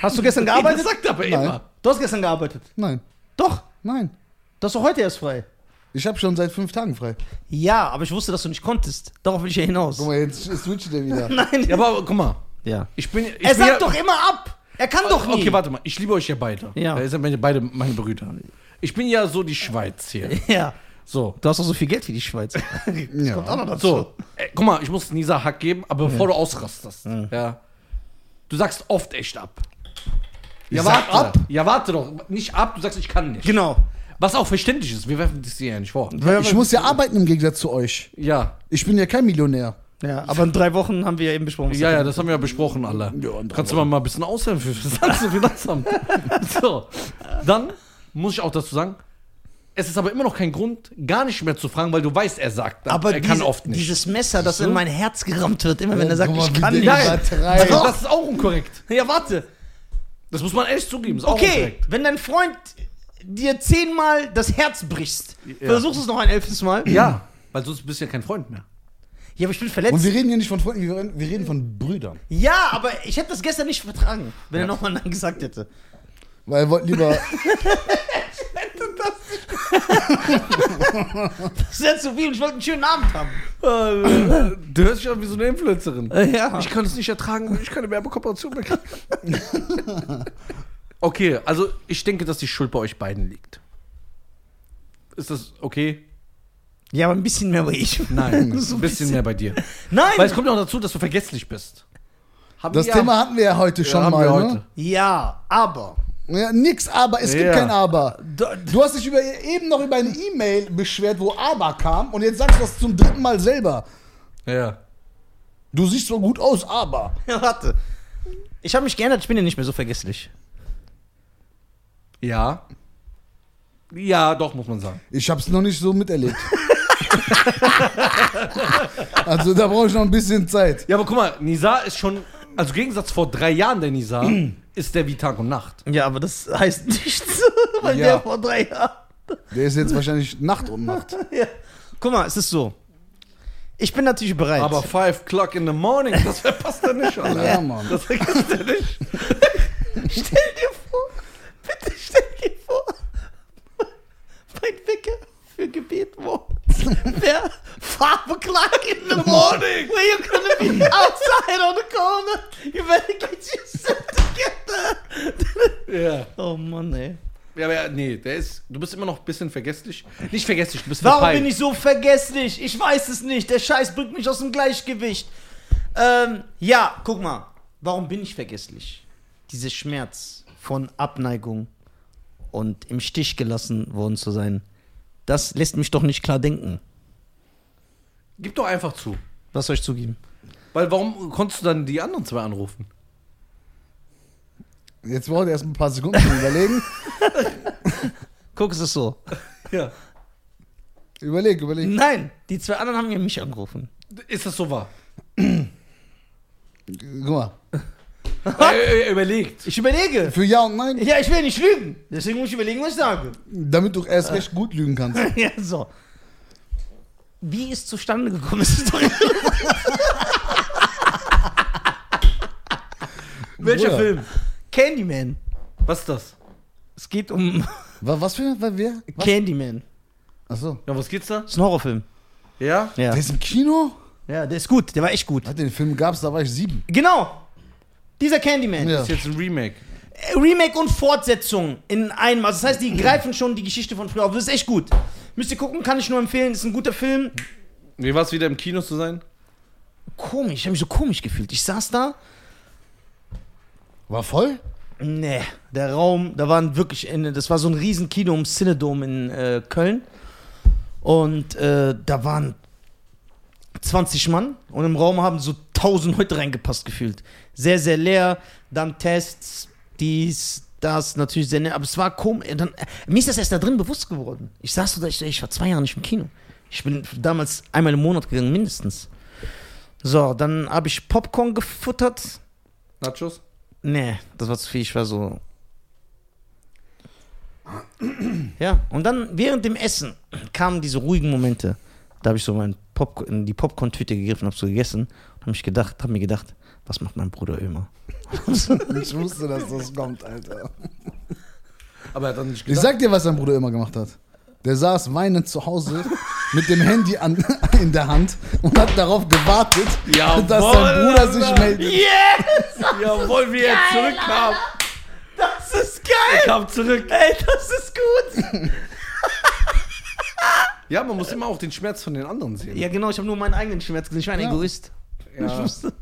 Speaker 1: Hast du gestern gearbeitet?
Speaker 2: Das sagt aber
Speaker 3: Nein.
Speaker 2: immer.
Speaker 1: Du hast gestern gearbeitet.
Speaker 3: nein,
Speaker 1: Doch.
Speaker 3: nein.
Speaker 1: Du hast doch heute erst frei.
Speaker 3: Ich habe schon seit fünf Tagen frei.
Speaker 1: Ja, aber ich wusste, dass du nicht konntest. Darauf will ich ja hinaus.
Speaker 3: Guck mal, jetzt switcht er wieder.
Speaker 1: Nein.
Speaker 2: Ja, aber guck mal,
Speaker 1: Ja.
Speaker 2: ich bin. Ich
Speaker 1: Er
Speaker 2: bin
Speaker 1: sagt
Speaker 2: ja,
Speaker 1: doch immer ab. Er kann doch nie.
Speaker 2: Okay, warte mal, ich liebe euch ja beide.
Speaker 1: Ja.
Speaker 2: Ihr seid meine, beide meine Brüder. Ich bin ja so die Schweiz hier.
Speaker 1: Ja.
Speaker 2: So.
Speaker 1: Du hast doch so viel Geld wie die Schweiz.
Speaker 3: Ja.
Speaker 2: So. Äh, guck mal, ich muss Nisa Hack geben, aber bevor du ausrastest, ja. Du sagst oft echt ab. Ja,
Speaker 3: sag
Speaker 2: warte. Ab. Ja, warte doch. Nicht ab, du sagst, ich kann nicht.
Speaker 1: Genau.
Speaker 2: Was auch verständlich ist, wir werfen das dir ja nicht vor.
Speaker 3: Ich muss ja arbeiten im Gegensatz zu euch.
Speaker 2: Ja.
Speaker 3: Ich bin ja kein Millionär.
Speaker 1: Ja, aber in drei Wochen haben wir ja eben besprochen. was
Speaker 2: Ja,
Speaker 1: da
Speaker 2: ja, das haben wir ja besprochen alle. Kannst du mal, mal ein bisschen aushelfen für das ganze Finanzamt? so, dann muss ich auch dazu sagen, es ist aber immer noch kein Grund, gar nicht mehr zu fragen, weil du weißt, er sagt,
Speaker 1: Aber
Speaker 2: er
Speaker 1: diese,
Speaker 2: kann oft nicht.
Speaker 1: dieses Messer, das in mein Herz gerammt wird, immer wenn er sagt,
Speaker 3: Guck mal,
Speaker 1: ich
Speaker 3: wie
Speaker 1: kann
Speaker 3: der
Speaker 1: nicht.
Speaker 2: Nein,
Speaker 3: übertreibt.
Speaker 1: Doch.
Speaker 2: das ist auch unkorrekt.
Speaker 1: Ja, warte.
Speaker 2: Das muss man echt zugeben. Ist auch
Speaker 1: Okay,
Speaker 2: unkorrekt.
Speaker 1: wenn dein Freund dir zehnmal das Herz brichst, versuchst es noch ein elftes Mal.
Speaker 2: Ja, weil sonst bist du ja kein Freund mehr.
Speaker 1: Ja, aber ich bin verletzt.
Speaker 3: Und wir reden hier nicht von Freunden, wir reden, wir reden von Brüdern.
Speaker 1: ja, aber ich hätte das gestern nicht vertragen, wenn er nochmal Nein gesagt hätte.
Speaker 3: Weil wir wollten lieber.
Speaker 1: Das ist ja zu viel und ich wollte einen schönen Abend haben. Äh,
Speaker 2: du hörst dich an wie so eine Influencerin.
Speaker 1: Ja.
Speaker 2: Ich kann es nicht ertragen, wenn ich keine Werbekooperation mehr kriege. okay, also ich denke, dass die Schuld bei euch beiden liegt. Ist das okay?
Speaker 1: Ja, aber ein bisschen mehr war ich.
Speaker 2: Nein,
Speaker 1: So
Speaker 2: ein bisschen mehr bei dir.
Speaker 1: Nein!
Speaker 2: Weil es kommt ja auch dazu, dass du vergesslich bist. Haben
Speaker 3: Das
Speaker 2: wir-
Speaker 3: Thema hatten wir ja heute
Speaker 2: Ja,
Speaker 3: schon
Speaker 2: haben
Speaker 3: mal.
Speaker 2: wir
Speaker 3: Ne?
Speaker 2: heute.
Speaker 1: ja, aber.
Speaker 3: Ja, nix aber, es gibt
Speaker 2: Ja.
Speaker 3: kein aber.
Speaker 1: Da-
Speaker 3: Du hast dich über, eben noch über eine E-Mail beschwert, wo aber kam und jetzt sagst du das zum dritten Mal selber.
Speaker 2: Ja.
Speaker 3: Du siehst so gut aus, aber.
Speaker 1: Ja, warte. Ich habe mich geändert, ich bin ja nicht mehr so vergesslich.
Speaker 2: Ja. Ja, doch, muss man sagen.
Speaker 3: Ich hab's noch nicht so miterlebt. also da brauche ich noch ein bisschen Zeit.
Speaker 2: Ja, aber guck mal, Nisa ist schon, also im Gegensatz vor drei Jahren der Nisa, ist der wie Tag und Nacht.
Speaker 1: Ja, aber das heißt nichts, weil
Speaker 3: Ja.
Speaker 1: der vor drei Jahren.
Speaker 3: Der ist jetzt wahrscheinlich Nacht und Nacht.
Speaker 1: Ja. Guck mal, es ist so. Ich bin natürlich bereit.
Speaker 2: Aber 5 o'clock in the morning, das verpasst er nicht, Alter.
Speaker 3: Ja, Mann.
Speaker 2: Das vergisst er nicht.
Speaker 1: stell dir vor, bitte stell dir vor, mein Wecker
Speaker 4: head on the corner. You better get yourself together.
Speaker 2: Ja.
Speaker 1: Oh Mann, ey.
Speaker 2: ja, aber nee, der ist. Du bist immer noch ein bisschen vergesslich. Nicht vergesslich, du bist
Speaker 1: Warum
Speaker 2: verpeilt.
Speaker 1: bin ich so vergesslich? Ich weiß es nicht. Der Scheiß bringt mich aus dem Gleichgewicht. Ähm, ja, guck mal. Warum bin ich vergesslich? Dieser Schmerz von Abneigung und im Stich gelassen worden zu sein, das lässt mich doch nicht klar denken.
Speaker 2: Gib doch einfach zu.
Speaker 1: Was soll ich zugeben?
Speaker 2: Weil warum konntest du dann die anderen zwei anrufen?
Speaker 3: Jetzt braucht er erst ein paar Sekunden zum Überlegen.
Speaker 1: Guck, es ist so.
Speaker 2: Ja.
Speaker 3: Überleg, überleg.
Speaker 1: Nein, die zwei anderen haben ja mich angerufen.
Speaker 2: Ist das so wahr?
Speaker 3: Guck mal.
Speaker 2: äh, äh, überlegt.
Speaker 1: Ich überlege.
Speaker 3: Für Ja und Nein,
Speaker 1: Ja, ich will nicht lügen. Deswegen muss ich überlegen, was ich sage.
Speaker 3: damit du erst recht gut lügen kannst.
Speaker 1: Ja, so. Wie ist zustande gekommen? Es ist doch
Speaker 2: Welcher
Speaker 3: Bruder.
Speaker 2: Film?
Speaker 1: Candyman.
Speaker 2: Was ist das?
Speaker 1: Es geht um
Speaker 3: Wa- Was für? wa- Wer? Was?
Speaker 1: Candyman.
Speaker 3: Achso.
Speaker 2: Ja, was geht's da?
Speaker 1: Das ist ein Horrorfilm.
Speaker 2: Ja?
Speaker 1: Ja.
Speaker 3: Der ist im Kino?
Speaker 1: ja, der ist gut. Der war echt gut.
Speaker 3: Hat den Film gab's, da war ich sieben.
Speaker 1: Genau. Dieser Candyman.
Speaker 3: Ja.
Speaker 2: Das ist jetzt ein Remake.
Speaker 1: Äh, Remake und Fortsetzung in einem. Also das heißt, die greifen schon die Geschichte von früher auf. Das ist echt gut. Müsst ihr gucken, kann ich nur empfehlen. Ist ein guter Film.
Speaker 2: Wie war es wieder im Kino zu sein?
Speaker 1: Komisch, ich habe mich so komisch gefühlt. Ich saß da
Speaker 3: War voll?
Speaker 1: Nee, der Raum, da waren wirklich Ende. Das war so ein riesen Kino im Cinedom in äh, Köln. Und äh, da waren 20 Mann und im Raum haben so 1000 Leute reingepasst gefühlt. Sehr, sehr leer. Dann Tests, dies, das, natürlich sehr leer. Aber es war komisch. Dann, äh, mir ist das erst da drin bewusst geworden. Ich saß so da, ich, ich war zwei Jahre nicht im Kino. Ich bin damals einmal im Monat gegangen, mindestens. So, dann habe ich Popcorn gefuttert.
Speaker 2: Nachos?
Speaker 1: Nee, das war zu viel. Ich war so. Ja, und dann während dem Essen kamen diese ruhigen Momente. Da habe ich so mein Pop in die Popcorn-Tüte gegriffen, habe so gegessen und habe mich gedacht, habe mir gedacht, was macht mein Bruder immer?
Speaker 3: Ich wusste, dass das kommt, Alter.
Speaker 2: Aber er hat dann nicht
Speaker 3: Ich
Speaker 2: gesagt.
Speaker 3: sag dir, was dein Bruder immer gemacht hat. Der saß weinend zu Hause mit dem Handy an, in der Hand und hat darauf gewartet,
Speaker 2: Jawohl,
Speaker 3: dass sein Bruder sich
Speaker 2: Alter.
Speaker 3: meldet.
Speaker 1: Yes!
Speaker 2: Jawohl, wie er zurückkam.
Speaker 1: Das ist geil!
Speaker 2: Kam zurück.
Speaker 1: Ey, das ist gut!
Speaker 2: Ja, man muss immer auch den Schmerz von den anderen sehen.
Speaker 1: Ja, genau, ich habe nur meinen eigenen Schmerz gesehen. Ich war ein
Speaker 3: Ja.
Speaker 1: Egoist. Ich
Speaker 2: Ja.
Speaker 1: wusste,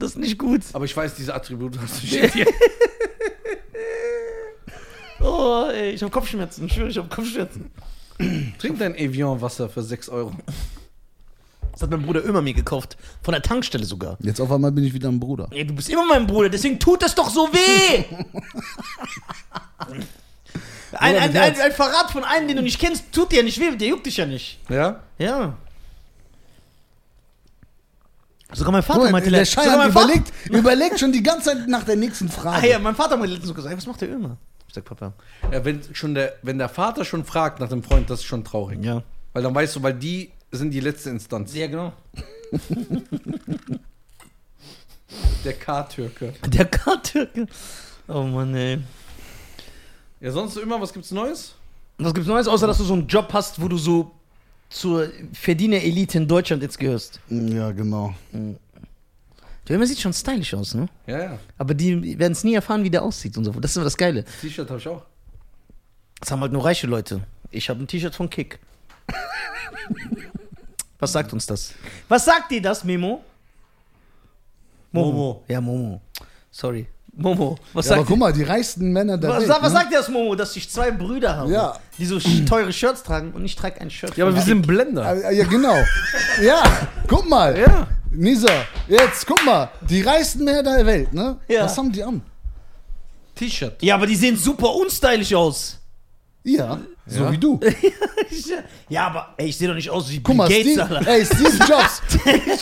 Speaker 1: das ist nicht gut.
Speaker 2: Aber ich weiß, diese Attribute hast du schon hier.
Speaker 1: Oh, ey, ich habe Kopfschmerzen. Ich schwöre, ich habe Kopfschmerzen.
Speaker 2: Trink dein Evian-Wasser für 6 Euro.
Speaker 1: Das hat mein Bruder immer mir gekauft. Von der Tankstelle sogar.
Speaker 3: Jetzt auf einmal bin ich wieder ein Bruder.
Speaker 1: Ja, du bist immer mein Bruder, deswegen tut das doch so weh! ein, ein, ein, ein Verrat von einem, den du nicht kennst, tut dir ja nicht weh, der juckt dich ja nicht.
Speaker 2: Ja?
Speaker 1: Ja. Sogar mein Vater
Speaker 3: Guck mal,
Speaker 1: meinte
Speaker 3: der
Speaker 1: letztens.
Speaker 3: Schei
Speaker 1: Sogar
Speaker 3: hat
Speaker 1: mein Vater-
Speaker 3: überlegt, überlegt schon die ganze Zeit nach der nächsten
Speaker 1: Ah
Speaker 3: Frage.
Speaker 1: ja, mein Vater meinte letztens so gesagt, was macht der immer? Ich sag, Papa.
Speaker 2: ja wenn, schon der, wenn der Vater schon fragt nach dem Freund, das ist schon traurig.
Speaker 1: Ja.
Speaker 2: Weil dann weißt du, weil die sind die letzte Instanz.
Speaker 1: Ja, genau.
Speaker 2: Der K-Türke.
Speaker 1: Der Kartürke. Oh Mann, ey.
Speaker 2: Ja, sonst immer, was gibt's Neues?
Speaker 1: Was gibt's Neues, außer dass du so einen Job hast, wo du so zur Verdienerelite in Deutschland jetzt gehörst?
Speaker 3: Ja, genau.
Speaker 1: Der immer sieht schon stylisch aus, ne?
Speaker 2: Ja, ja.
Speaker 1: Aber die werden es nie erfahren, wie der aussieht und so. Das ist immer das Geile.
Speaker 2: T-Shirt habe ich auch.
Speaker 1: Das haben halt nur reiche Leute. Ich habe ein T-Shirt von Kick. Was sagt uns das? Was sagt dir das, Memo?
Speaker 2: Momo.
Speaker 1: Ja, Momo. Sorry. Momo. Was,
Speaker 3: Ja, aber
Speaker 1: sagt,
Speaker 3: guck mal, die reichsten Männer der
Speaker 1: was,
Speaker 3: Welt.
Speaker 1: sa- was
Speaker 3: ne?
Speaker 1: sagt dir das, Momo? Dass ich zwei Brüder habe,
Speaker 3: Ja.
Speaker 1: die so sch- teure Shirts tragen und ich trage ein Shirt.
Speaker 2: Ja, aber wir sind Blender.
Speaker 3: Ah, Ja, genau. Ja, guck mal.
Speaker 2: Ja.
Speaker 3: Nisa, jetzt guck mal. Die reichsten Männer der Welt, ne?
Speaker 1: Ja.
Speaker 3: Was haben die an?
Speaker 2: T-Shirt.
Speaker 1: ja, aber die sehen super unstylisch aus.
Speaker 3: Ja, so wie du.
Speaker 1: ja, aber ey, ich sehe doch nicht aus wie
Speaker 3: Guck
Speaker 1: Bill
Speaker 3: mal,
Speaker 1: Gates,
Speaker 3: Steve,
Speaker 1: Alter.
Speaker 3: ey, Steve Jobs.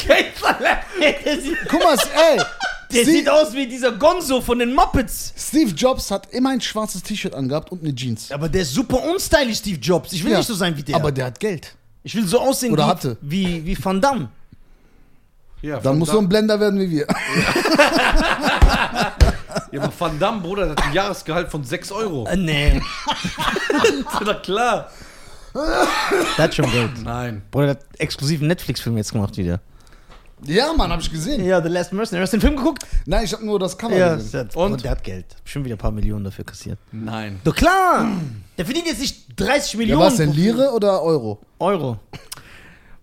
Speaker 1: Gates, Alter. Der sieht-
Speaker 3: Guck mal, ey.
Speaker 1: Der
Speaker 3: Sie-
Speaker 1: sieht aus wie dieser Gonzo von den Muppets.
Speaker 3: Steve Jobs hat immer ein schwarzes T-Shirt angehabt und eine Jeans.
Speaker 1: Aber der ist super unstylisch, Steve Jobs. Ich will
Speaker 3: Ja.
Speaker 1: nicht so sein wie der.
Speaker 3: Aber der hat Geld.
Speaker 1: ich will so aussehen
Speaker 3: Oder
Speaker 1: wie,
Speaker 3: hatte.
Speaker 1: wie wie Van Damme.
Speaker 2: Ja,
Speaker 3: Dann musst du ein Blender werden wie wir.
Speaker 2: Ja, aber Van Damme, Bruder, der hat ein Jahresgehalt von 6 Euro.
Speaker 1: Äh, nee,
Speaker 2: Na klar.
Speaker 1: das hat schon Geld.
Speaker 2: Nein.
Speaker 1: Bruder, der hat exklusiven Netflix-Film jetzt gemacht wieder.
Speaker 3: Ja, Mann, hab ich gesehen.
Speaker 1: Ja, The Last Mercenary. Hast du den Film geguckt?
Speaker 3: Nein, ich hab nur das Cover gesehen.
Speaker 1: der hat-
Speaker 2: Und?
Speaker 1: der hat Geld. Bestimmt wieder ein paar Millionen dafür kassiert.
Speaker 2: Nein.
Speaker 1: Doch klar! Der verdient jetzt nicht 30
Speaker 3: Ja,
Speaker 1: Millionen
Speaker 3: war es denn Lire oder Euro?
Speaker 1: Euro.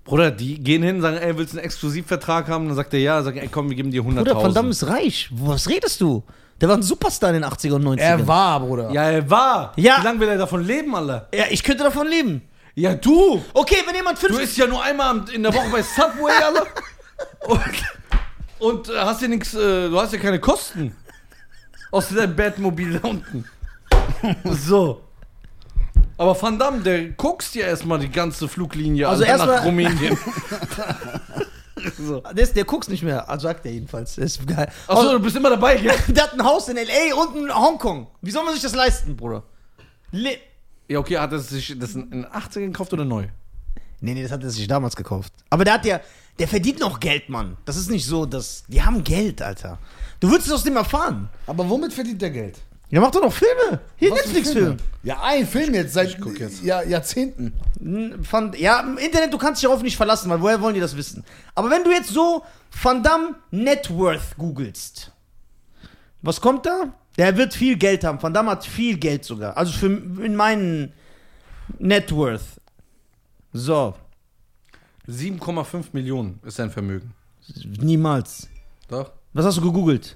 Speaker 2: Bruder, die gehen hin, sagen, ey, willst du einen Exklusivvertrag haben? Dann sagt er ja, sagen, ey, komm, wir geben dir 100.000.
Speaker 1: Bruder, Van Damme ist reich. Was redest du? Der war ein Superstar in den 80er und 90ern.
Speaker 3: war, Bruder.
Speaker 2: Ja, er war.
Speaker 1: Ja.
Speaker 2: Wie lange will er davon leben, Alter?
Speaker 1: Ja, ich könnte davon leben.
Speaker 2: Ja, du.
Speaker 1: Okay, wenn jemand
Speaker 2: Du
Speaker 1: 50...
Speaker 2: isst ja nur einmal am- in der Woche bei Subway, Alter. Und, und äh, hast ja nichts, äh, du hast ja keine Kosten. Außer dein Batmobil da unten. So. Aber Van Damme, der guckst ja erstmal die ganze Fluglinie
Speaker 1: Also
Speaker 2: Alter, nach
Speaker 1: erstmal-
Speaker 2: Rumänien.
Speaker 1: Der, ist- der guckt nicht mehr, also sagt er jedenfalls. Das ist geil.
Speaker 2: Achso, du bist immer dabei, gell?
Speaker 1: Der hat ein Haus in L.A. und in Hongkong. Wie soll man sich das leisten, Bruder? Le
Speaker 2: Ja, okay, hat er sich das in in 80 gekauft oder neu?
Speaker 1: nee, nee, das hat er sich damals gekauft. Aber der hat ja... Der verdient noch Geld, Mann. Das ist nicht so, dass... Die haben Geld, Alter. Du würdest es aus dem erfahren.
Speaker 3: Aber womit verdient der Geld?
Speaker 1: Der macht doch noch Filme. Hier,
Speaker 3: Was für
Speaker 1: Netflix-Filme.
Speaker 3: Ja, ein Film jetzt seit Ja, Jahrzehnten.
Speaker 1: N- Van, ja, im Internet, du kannst dich darauf nicht verlassen, weil woher wollen die das wissen? Aber wenn du jetzt so Van Damme Net Worth googelst, was kommt da? Der wird viel Geld haben. Van Damme hat viel Geld sogar. Also für, in meinen Net Worth. So,
Speaker 2: 7,5 Millionen ist sein Vermögen.
Speaker 1: niemals.
Speaker 2: Doch.
Speaker 1: Was hast du gegoogelt?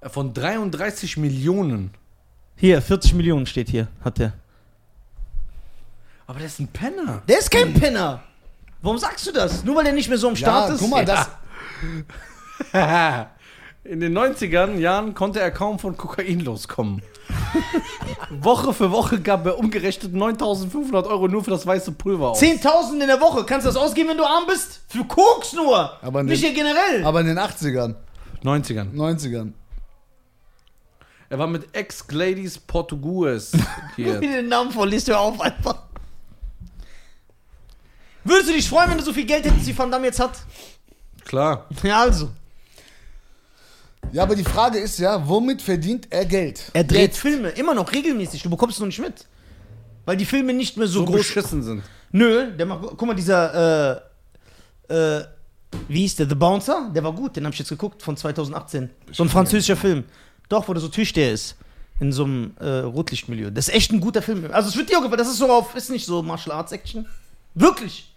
Speaker 2: Äh, Von 33 Millionen.
Speaker 1: Hier, 40 Millionen steht hier, hat der.
Speaker 2: Aber der ist ein Penner.
Speaker 1: Der ist kein Penner. Warum sagst du das? Nur weil der nicht mehr so am Start
Speaker 3: Ja,
Speaker 1: ist?
Speaker 3: guck mal, das,
Speaker 2: In den 90ern Jahren konnte er kaum von Kokain loskommen. Woche für Woche gab er umgerechnet 9500 Euro nur für das weiße Pulver aus.
Speaker 1: 10.000 in der Woche. Kannst du das ausgeben, wenn du arm bist? Für Koks nur.
Speaker 3: Aber
Speaker 1: nicht
Speaker 3: ne-
Speaker 1: hier generell.
Speaker 3: aber in den 80ern,
Speaker 2: 90ern.
Speaker 3: 90ern.
Speaker 2: Er war mit Ex-Gladys Portugues
Speaker 1: Wie
Speaker 2: hier.
Speaker 1: du den Namen vorliest, hör auf einfach. Würdest du dich freuen, wenn du so viel Geld hättest, wie Van Damme jetzt hat?
Speaker 2: Klar.
Speaker 1: Ja, also.
Speaker 3: Ja, aber die Frage ist ja, womit verdient er Geld?
Speaker 1: Er dreht
Speaker 3: Jetzt.
Speaker 1: Filme immer noch regelmäßig. Du bekommst es nur nicht mit. Weil die Filme nicht mehr so,
Speaker 2: So
Speaker 1: groß
Speaker 2: beschissen sind.
Speaker 1: Nö, der macht. Guck mal, dieser. Äh, äh, wie hieß der? The Bouncer? Der war gut, den hab ich jetzt geguckt von 2018. So ein französischer Film. Doch, wo der so Türsteher ist. In so einem äh, Rotlichtmilieu. Das ist echt ein guter Film. Also, es wird dir auch gefallen. Das ist so auf. Ist nicht so Martial Arts Action. Wirklich.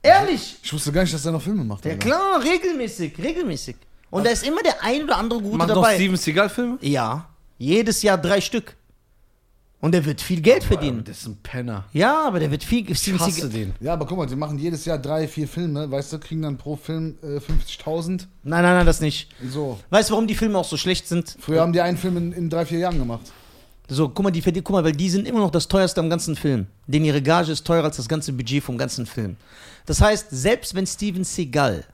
Speaker 1: Ehrlich.
Speaker 3: Ich wusste gar nicht, dass er noch Filme macht.
Speaker 1: Ja,
Speaker 3: Alter.
Speaker 1: klar, regelmäßig, regelmäßig. Und da ist immer der ein oder andere Gute
Speaker 2: Macht noch
Speaker 1: dabei.
Speaker 2: Steven Seagal-Filme?
Speaker 1: Ja, jedes Jahr drei Stück. Und der wird viel Geld verdienen.
Speaker 2: Das ist ein Penner.
Speaker 1: Ja, aber der wird viel. Steven
Speaker 2: Ich hasse
Speaker 1: Seagal-
Speaker 2: den.
Speaker 3: Ja, aber guck mal, die machen jedes Jahr drei, vier Filme, weißt du, kriegen dann pro Film äh, 50.000.
Speaker 1: Nein, nein, nein, das nicht.
Speaker 3: So.
Speaker 1: Weißt du, warum die Filme auch so schlecht sind?
Speaker 3: Früher haben die einen Film in, in drei, vier Jahren gemacht.
Speaker 1: So, guck mal, die, verdienen- guck mal, weil die sind immer noch das teuerste am ganzen Film. Denn ihre Gage ist teurer als das ganze Budget vom ganzen Film. Das heißt, selbst wenn Steven Seagal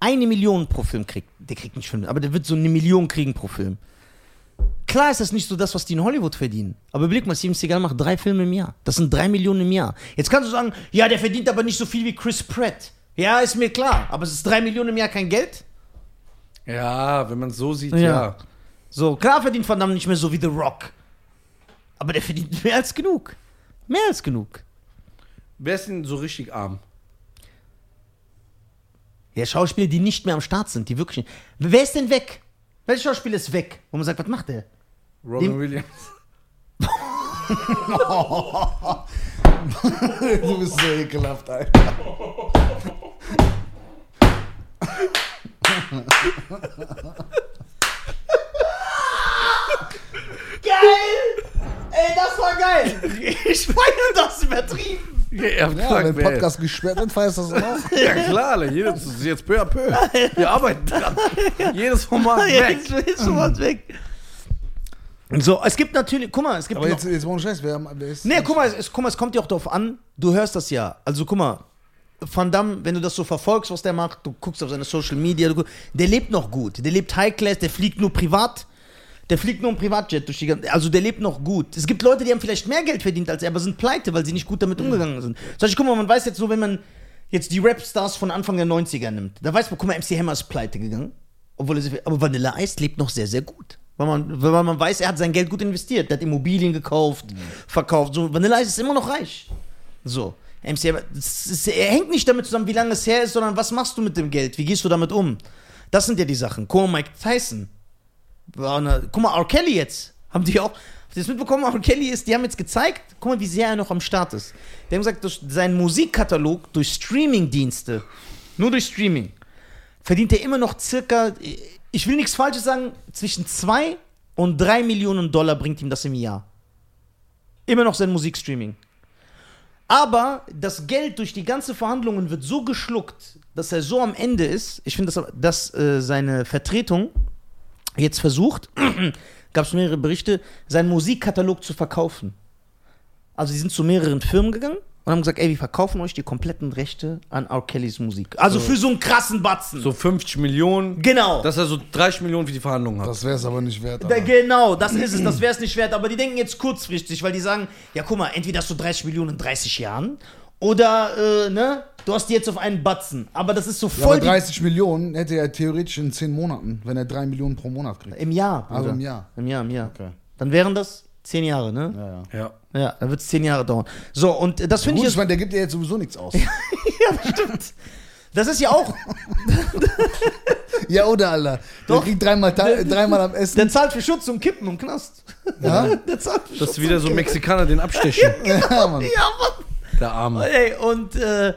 Speaker 1: eine Million pro Film kriegt, der kriegt nicht fünf, aber der wird so eine Million kriegen pro Film. Klar ist das nicht so das, was die in Hollywood verdienen. Aber überleg mal, Steven Seagal macht drei Filme im Jahr. Das sind drei Millionen im Jahr. Jetzt kannst du sagen, ja, der verdient aber nicht so viel wie Chris Pratt. Ja, ist mir klar. Aber es ist drei Millionen im Jahr kein Geld?
Speaker 2: Ja, wenn man es so sieht,
Speaker 1: Ja.
Speaker 2: ja.
Speaker 1: So, klar verdient Van Damme nicht mehr so wie The Rock. Aber der verdient mehr als genug. Mehr als genug.
Speaker 2: Wer ist denn so richtig arm?
Speaker 1: Ja, Schauspieler, die nicht mehr am Start sind, die wirklich nicht. Wer ist denn weg? Welcher Schauspieler ist weg? Wo man sagt, was macht der?
Speaker 2: Robin
Speaker 1: Dem-
Speaker 2: Williams.
Speaker 3: Du bist so ekelhaft, Alter.
Speaker 1: Geil! Ey, das war geil! Ich feiere das übertrieben!
Speaker 2: Ja, er hat
Speaker 3: Ja, wenn
Speaker 2: gesagt,
Speaker 3: der
Speaker 2: wer-
Speaker 3: Podcast gesperrt wird, feierst du das auch.
Speaker 2: Ja klar, Alter, jedes ist jetzt peu à peu. Wir arbeiten dran. Jedes Format
Speaker 1: Jetzt
Speaker 2: weg.
Speaker 1: ist schon was weg. So, es gibt natürlich, guck mal, es gibt
Speaker 3: Aber
Speaker 1: noch-
Speaker 3: jetzt, jetzt ohne Scheiß, wer, am- wer ist.
Speaker 1: Nee, guck mal, es, es, guck mal, es kommt ja auch darauf an, du hörst das ja. Also guck mal, Van Damme, wenn du das so verfolgst, was der macht, du guckst auf seine Social Media, du, gu- der lebt noch gut. Der lebt High Class, der fliegt nur privat. Der fliegt nur im Privatjet durch die ganze, Also der lebt noch gut. Es gibt Leute, die haben vielleicht mehr Geld verdient als er, aber sind pleite, weil sie nicht gut damit umgegangen sind. Zum Beispiel, guck mal, man weiß jetzt so, wenn man jetzt die Rap-Stars von Anfang der 90er nimmt, da weiß man, guck mal, MC Hammer ist pleite gegangen. Obwohl er sehr viel, aber Vanilla Ice lebt noch sehr, sehr gut. Weil man, weil man weiß, er hat sein Geld gut investiert. Der hat Immobilien gekauft, verkauft. So, Vanilla Ice ist immer noch reich. So. MC, aber das ist, er hängt nicht damit zusammen, wie lange es her ist, sondern was machst du mit dem Geld? Wie gehst du damit um? Das sind ja die Sachen. Guck mal, Mike Tyson. War eine, guck mal, R. Kelly jetzt. Haben die auch. Habt ihr das mitbekommen? R. Kelly ist, die haben jetzt gezeigt, guck mal, wie sehr er noch am Start ist. Die haben gesagt, durch seinen Musikkatalog, durch Streamingdienste, nur durch Streaming, verdient er immer noch circa, ich will nichts Falsches sagen, zwischen 2 und 3 Millionen Dollar bringt ihm das im Jahr. Immer noch sein Musikstreaming. Aber das Geld durch die ganze Verhandlungen wird so geschluckt, dass er so am Ende ist. Ich finde, dass, dass äh, seine Vertretung jetzt versucht, gab es mehrere Berichte, seinen Musikkatalog zu verkaufen. Also, sie sind zu mehreren Firmen gegangen und haben gesagt: Ey, wir verkaufen euch die kompletten Rechte an R. Kellys Musik. Also für so einen krassen Batzen.
Speaker 2: So 50 Millionen,
Speaker 1: Genau.
Speaker 2: dass er so 30 Millionen für die Verhandlungen hat.
Speaker 3: Das wäre es aber nicht wert.
Speaker 1: Da,
Speaker 3: Alter.
Speaker 1: genau, das ist es, das wäre es nicht wert. Aber die denken jetzt kurzfristig, weil die sagen, ja guck mal, entweder hast du 30 Millionen in 30 Jahren oder, äh, ne, du hast die jetzt auf einen Batzen. Aber das ist so
Speaker 3: Ja, aber
Speaker 1: voll die,
Speaker 3: 30 Millionen hätte er theoretisch in 10 Monaten, wenn er 3 Millionen pro Monat kriegt.
Speaker 1: im Jahr. Bruder.
Speaker 3: Also im Jahr.
Speaker 1: Im Jahr, im Jahr.
Speaker 3: Okay.
Speaker 1: Dann wären das 10 Jahre, ne?
Speaker 3: Ja, ja.
Speaker 2: ja.
Speaker 1: Ja, dann wird es 10 Jahre dauern. So, und äh, das finde
Speaker 3: Gut,
Speaker 1: ich
Speaker 3: ich
Speaker 1: jetzt,
Speaker 3: meine, der gibt ja jetzt sowieso nichts aus.
Speaker 1: das ist ja auch,
Speaker 3: ja, oder, Alter? Der
Speaker 1: Doch.
Speaker 3: kriegt dreimal, ta- dreimal am
Speaker 1: der
Speaker 3: Essen.
Speaker 1: zahlt für Schutz und Kippen und Knast.
Speaker 3: Ja,
Speaker 1: Der zahlt für
Speaker 2: Dass
Speaker 1: Schutz
Speaker 2: wieder
Speaker 1: und
Speaker 2: so
Speaker 1: Kippen.
Speaker 2: Mexikaner den abstechen.
Speaker 3: ja Mann.
Speaker 1: Ja, Mann.
Speaker 2: Der Arme.
Speaker 1: Ey, und, äh,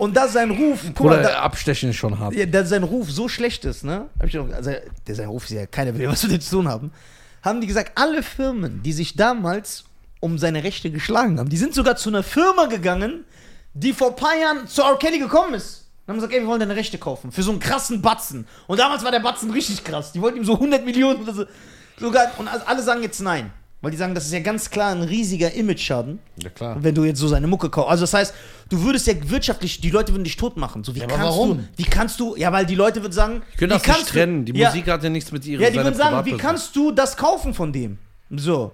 Speaker 1: und das ist sein Ruf. Guck mal,
Speaker 2: Oder
Speaker 1: da,
Speaker 2: äh, abstechen ist schon hart.
Speaker 1: Ja, da sein Ruf so schlecht ist, ne? Hab ich auch, also, der sein Ruf ist ja keiner will was mit dem zu tun haben. Haben die gesagt, alle Firmen, die sich damals um seine Rechte geschlagen haben, die sind sogar zu einer Firma gegangen, die vor ein paar Jahren zu R. Kelly gekommen ist. Und haben gesagt, ey, wir wollen deine Rechte kaufen. Für so einen krassen Batzen. Und damals war der Batzen richtig krass. Die wollten ihm so 100 Millionen oder so. Sogar, und also alle sagen jetzt nein. Weil die sagen, das ist ja ganz klar ein riesiger Image-Schaden,
Speaker 3: Ja, klar.
Speaker 1: Ah. wenn du jetzt so seine Mucke kaufst. Also das heißt, du würdest ja wirtschaftlich, die Leute würden dich tot machen. So, wie
Speaker 3: Ja, aber
Speaker 1: kannst
Speaker 3: warum?
Speaker 1: Du, wie kannst du, ja, weil die Leute würden sagen,
Speaker 2: Die können
Speaker 1: wie
Speaker 2: das nicht
Speaker 1: kannst du-
Speaker 2: trennen. Die
Speaker 1: ja,
Speaker 2: Musik hat ja nichts mit ihrer
Speaker 1: Ja, die würden sagen, wie
Speaker 2: Privatperson.
Speaker 1: kannst du das kaufen von dem? So.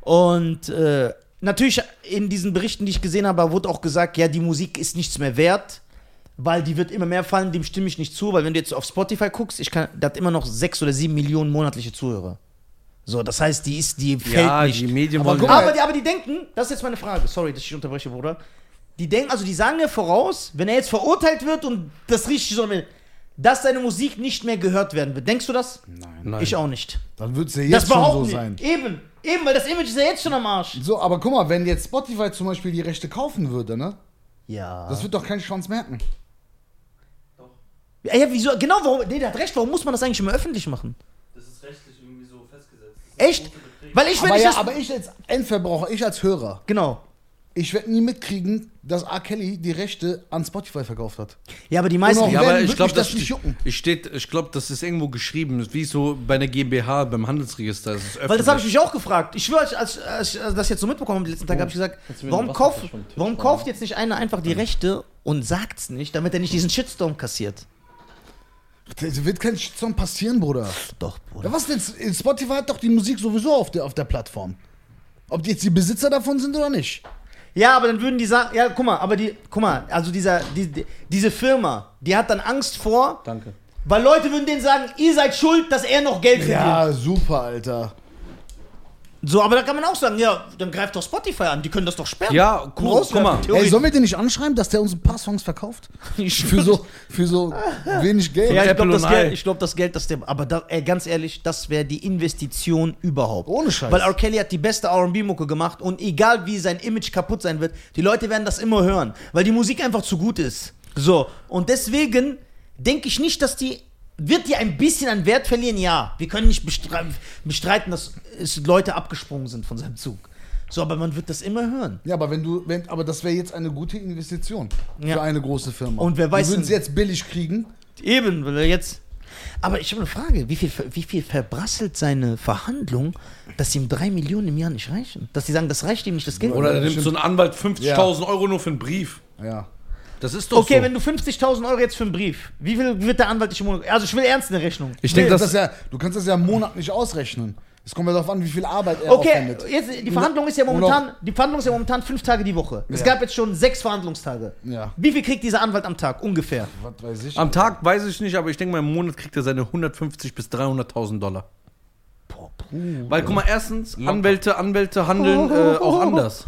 Speaker 1: Und äh, natürlich in diesen Berichten, die ich gesehen habe, wurde auch gesagt, ja, die Musik ist nichts mehr wert, weil die wird immer mehr fallen, dem stimme ich nicht zu, weil wenn du jetzt auf Spotify guckst, ich kann, da hat immer noch sechs oder sieben Millionen monatliche Zuhörer. So, das heißt, die ist, die fällt
Speaker 2: Ja,
Speaker 1: nicht.
Speaker 2: die Medien
Speaker 3: Aber
Speaker 2: wollen.
Speaker 3: guck mal,
Speaker 1: Aber die, aber die denken, das ist jetzt meine Frage, sorry, dass ich unterbreche, Bruder. Die denken, also die sagen ja voraus, wenn er jetzt verurteilt wird und das richtig so, dass seine Musik nicht mehr gehört werden wird. Denkst du das?
Speaker 3: Nein.
Speaker 2: Nein.
Speaker 1: Ich auch nicht.
Speaker 3: Dann wird es ja
Speaker 1: Das
Speaker 3: jetzt schon so
Speaker 1: behaupten
Speaker 3: sein.
Speaker 1: die. Eben, eben, weil das Image ist ja jetzt schon am Arsch.
Speaker 3: So, aber guck mal, wenn jetzt Spotify zum Beispiel die Rechte kaufen würde, ne?
Speaker 1: Ja.
Speaker 3: Das wird doch kein Schwanz merken.
Speaker 1: ja, wieso? Genau, warum, nee, der hat recht, warum muss man das eigentlich immer öffentlich machen?
Speaker 5: Das ist rechtlich irgendwie so festgesetzt. Das sind
Speaker 1: Echt?
Speaker 5: große Beträge.
Speaker 1: Weil ich, wenn
Speaker 3: Aber
Speaker 1: ich
Speaker 3: ja,
Speaker 1: das...
Speaker 3: aber ich als Endverbraucher, ich als Hörer,
Speaker 1: genau.
Speaker 3: ich werde nie mitkriegen, dass R. Kelly die Rechte an Spotify verkauft hat.
Speaker 1: Ja, aber die meisten...
Speaker 3: Genau.
Speaker 2: Ja,
Speaker 3: Werden
Speaker 2: aber ich
Speaker 3: wirklich
Speaker 2: glaube,
Speaker 3: das
Speaker 2: das,
Speaker 3: nicht jucken.
Speaker 2: ich steht, ich glaube, das ist irgendwo geschrieben, wie so bei einer GmbH beim Handelsregister. Das ist
Speaker 1: Weil das habe ich
Speaker 2: öffentlich.
Speaker 1: mich auch gefragt. Ich schwöre, als, als, als ich das jetzt so mitbekommen habe, die letzten Tage habe ich gesagt,
Speaker 4: Kannst du mir
Speaker 1: warum,
Speaker 4: den
Speaker 1: kauf,
Speaker 4: Wasserflasche vom Tisch
Speaker 1: warum kauft jetzt nicht einer einfach die Rechte und sagt's nicht, damit er nicht diesen Shitstorm kassiert?
Speaker 3: Das wird kein Shitstorm passieren, Bruder.
Speaker 1: Doch,
Speaker 3: Ja,
Speaker 1: Bruder.
Speaker 3: was denn? Spotify hat doch die Musik sowieso auf der, auf der Plattform. Ob die jetzt die Besitzer davon sind oder nicht.
Speaker 1: Ja, aber dann würden die sagen, ja, guck mal, aber die, guck mal, also dieser, die, die, diese Firma, die hat dann Angst vor,
Speaker 2: Danke.
Speaker 1: weil Leute würden denen sagen, ihr seid schuld, dass er noch Geld verdient.
Speaker 3: Ja, super, Alter.
Speaker 1: So, aber da kann man auch sagen, ja, dann greift doch Spotify an, die können das doch sperren.
Speaker 2: Ja,
Speaker 1: Oh,
Speaker 2: cool, guck mal.
Speaker 3: Ey, sollen wir den nicht anschreiben, dass der uns ein paar Songs verkauft? Für so, für so wenig Geld.
Speaker 1: Ja, ich
Speaker 2: Apple
Speaker 1: glaube, das,
Speaker 2: und
Speaker 1: Geld-
Speaker 2: Ei.
Speaker 1: ich glaub, das Geld, das der. Aber da, ey, ganz ehrlich, das wäre die Investition überhaupt.
Speaker 3: Ohne Scheiß.
Speaker 1: Weil R. Kelly hat die beste RB-Mucke gemacht und egal wie sein Image kaputt sein wird, die Leute werden das immer hören, weil die Musik einfach zu gut ist. So, und deswegen denke ich nicht, dass die. Wird die ein bisschen an Wert verlieren? Ja. Wir können nicht bestre bestreiten, dass es Leute abgesprungen sind von seinem Zug. So, aber man wird das immer hören.
Speaker 3: Ja, aber wenn du, wenn, aber das wäre jetzt eine gute Investition für
Speaker 1: Ja.
Speaker 3: eine große Firma.
Speaker 1: Und wer weiß
Speaker 3: Die würden
Speaker 1: denn-
Speaker 3: sie jetzt billig kriegen.
Speaker 1: Eben, weil er jetzt. Aber ich habe eine Frage, wie viel, wie viel verbrasselt seine Verhandlung, dass ihm drei Millionen im Jahr nicht reichen? Dass sie sagen, das reicht ihm nicht, das Geld.
Speaker 2: Oder da nimmt so ein Anwalt 50.000
Speaker 3: Ja.
Speaker 2: Euro nur für einen Brief.
Speaker 3: Ja.
Speaker 2: Das ist doch
Speaker 1: okay,
Speaker 2: so.
Speaker 1: wenn du 50.000 Euro jetzt für einen Brief, wie viel wird der Anwalt dich im Monat? Also ich will ernst eine Rechnung.
Speaker 2: ich denke,
Speaker 3: Nee,
Speaker 2: das,
Speaker 3: ja, du kannst das ja im Monat nicht ausrechnen. Es kommt ja darauf an, wie viel Arbeit er
Speaker 1: Okay,
Speaker 3: aufwendet.
Speaker 1: jetzt, die Verhandlung ist ja momentan, die Verhandlung ist ja momentan fünf Tage die Woche. Es
Speaker 3: Ja.
Speaker 1: gab jetzt schon sechs Verhandlungstage.
Speaker 3: Ja.
Speaker 1: Wie viel kriegt dieser Anwalt am Tag ungefähr?
Speaker 3: Was weiß ich.
Speaker 2: am Tag weiß ich nicht, aber ich denke mal, im Monat kriegt er seine 150 bis 300.000 Dollar. Weil, guck mal, erstens, Anwälte, Anwälte handeln äh, auch anders.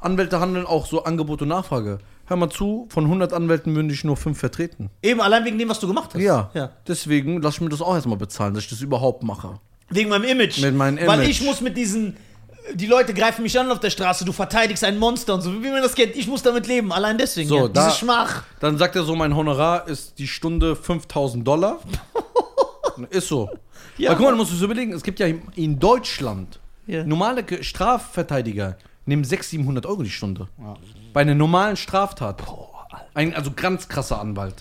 Speaker 2: Anwälte handeln auch so Angebot und Nachfrage. Hör mal zu, von 100 Anwälten würden dich nur 5 vertreten.
Speaker 1: Eben allein wegen dem, was du gemacht hast.
Speaker 2: Ja.
Speaker 1: ja.
Speaker 2: Deswegen lass ich mir das auch erstmal bezahlen, dass ich das überhaupt mache.
Speaker 1: Wegen meinem Image.
Speaker 2: Mit meinem
Speaker 1: Weil
Speaker 2: Image.
Speaker 1: ich muss mit diesen. Die Leute greifen mich an auf der Straße, du verteidigst ein Monster und so, wie man das kennt. Ich muss damit leben, allein deswegen.
Speaker 2: So,
Speaker 1: ja.
Speaker 2: da-
Speaker 1: Diese Schmach.
Speaker 2: Dann sagt er so, mein Honorar ist die Stunde 5000 Dollar. ist so.
Speaker 1: Ja.
Speaker 2: Ja, Aber guck mal, du musst es überlegen, es gibt ja in Deutschland
Speaker 1: Ja.
Speaker 2: normale Ge- Strafverteidiger nehmen 600, 700 Euro die Stunde. Bei einer normalen Straftat. Ein, also ganz krasser Anwalt.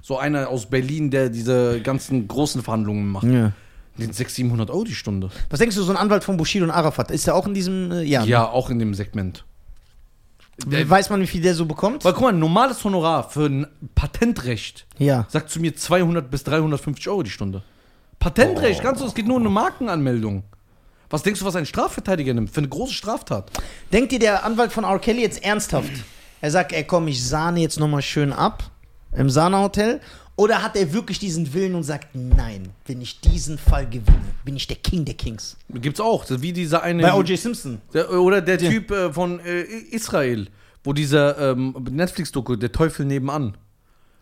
Speaker 2: So einer aus Berlin, der diese ganzen großen Verhandlungen macht.
Speaker 1: Ja.
Speaker 2: Den 600, 700 Euro die Stunde.
Speaker 1: Was denkst du, so ein Anwalt von Bushido und Arafat? Ist der auch in diesem. Äh, ja.
Speaker 2: Ja, auch in dem Segment.
Speaker 1: ne? Weiß man, wie viel der so bekommt?
Speaker 2: Weil guck mal, ein normales Honorar für ein Patentrecht
Speaker 1: Ja.
Speaker 2: sagt zu mir 200 bis 350 Euro die Stunde. Patentrecht, ganz so, es geht nur um eine Markenanmeldung. Was denkst du, was ein Strafverteidiger nimmt für eine große Straftat?
Speaker 1: Denkt ihr, der Anwalt von R. Kelly jetzt ernsthaft? Er sagt, ey komm, ich sahne jetzt nochmal schön ab im Sahnehotel. Oder hat er wirklich diesen Willen und sagt, nein, wenn ich diesen Fall gewinne, bin ich der King der Kings.
Speaker 2: Gibt's auch, so wie dieser eine.
Speaker 1: Bei O.J. Simpson.
Speaker 2: der, oder der Typ äh, von äh, Israel, wo dieser ähm, Netflix-Doku, der Teufel nebenan,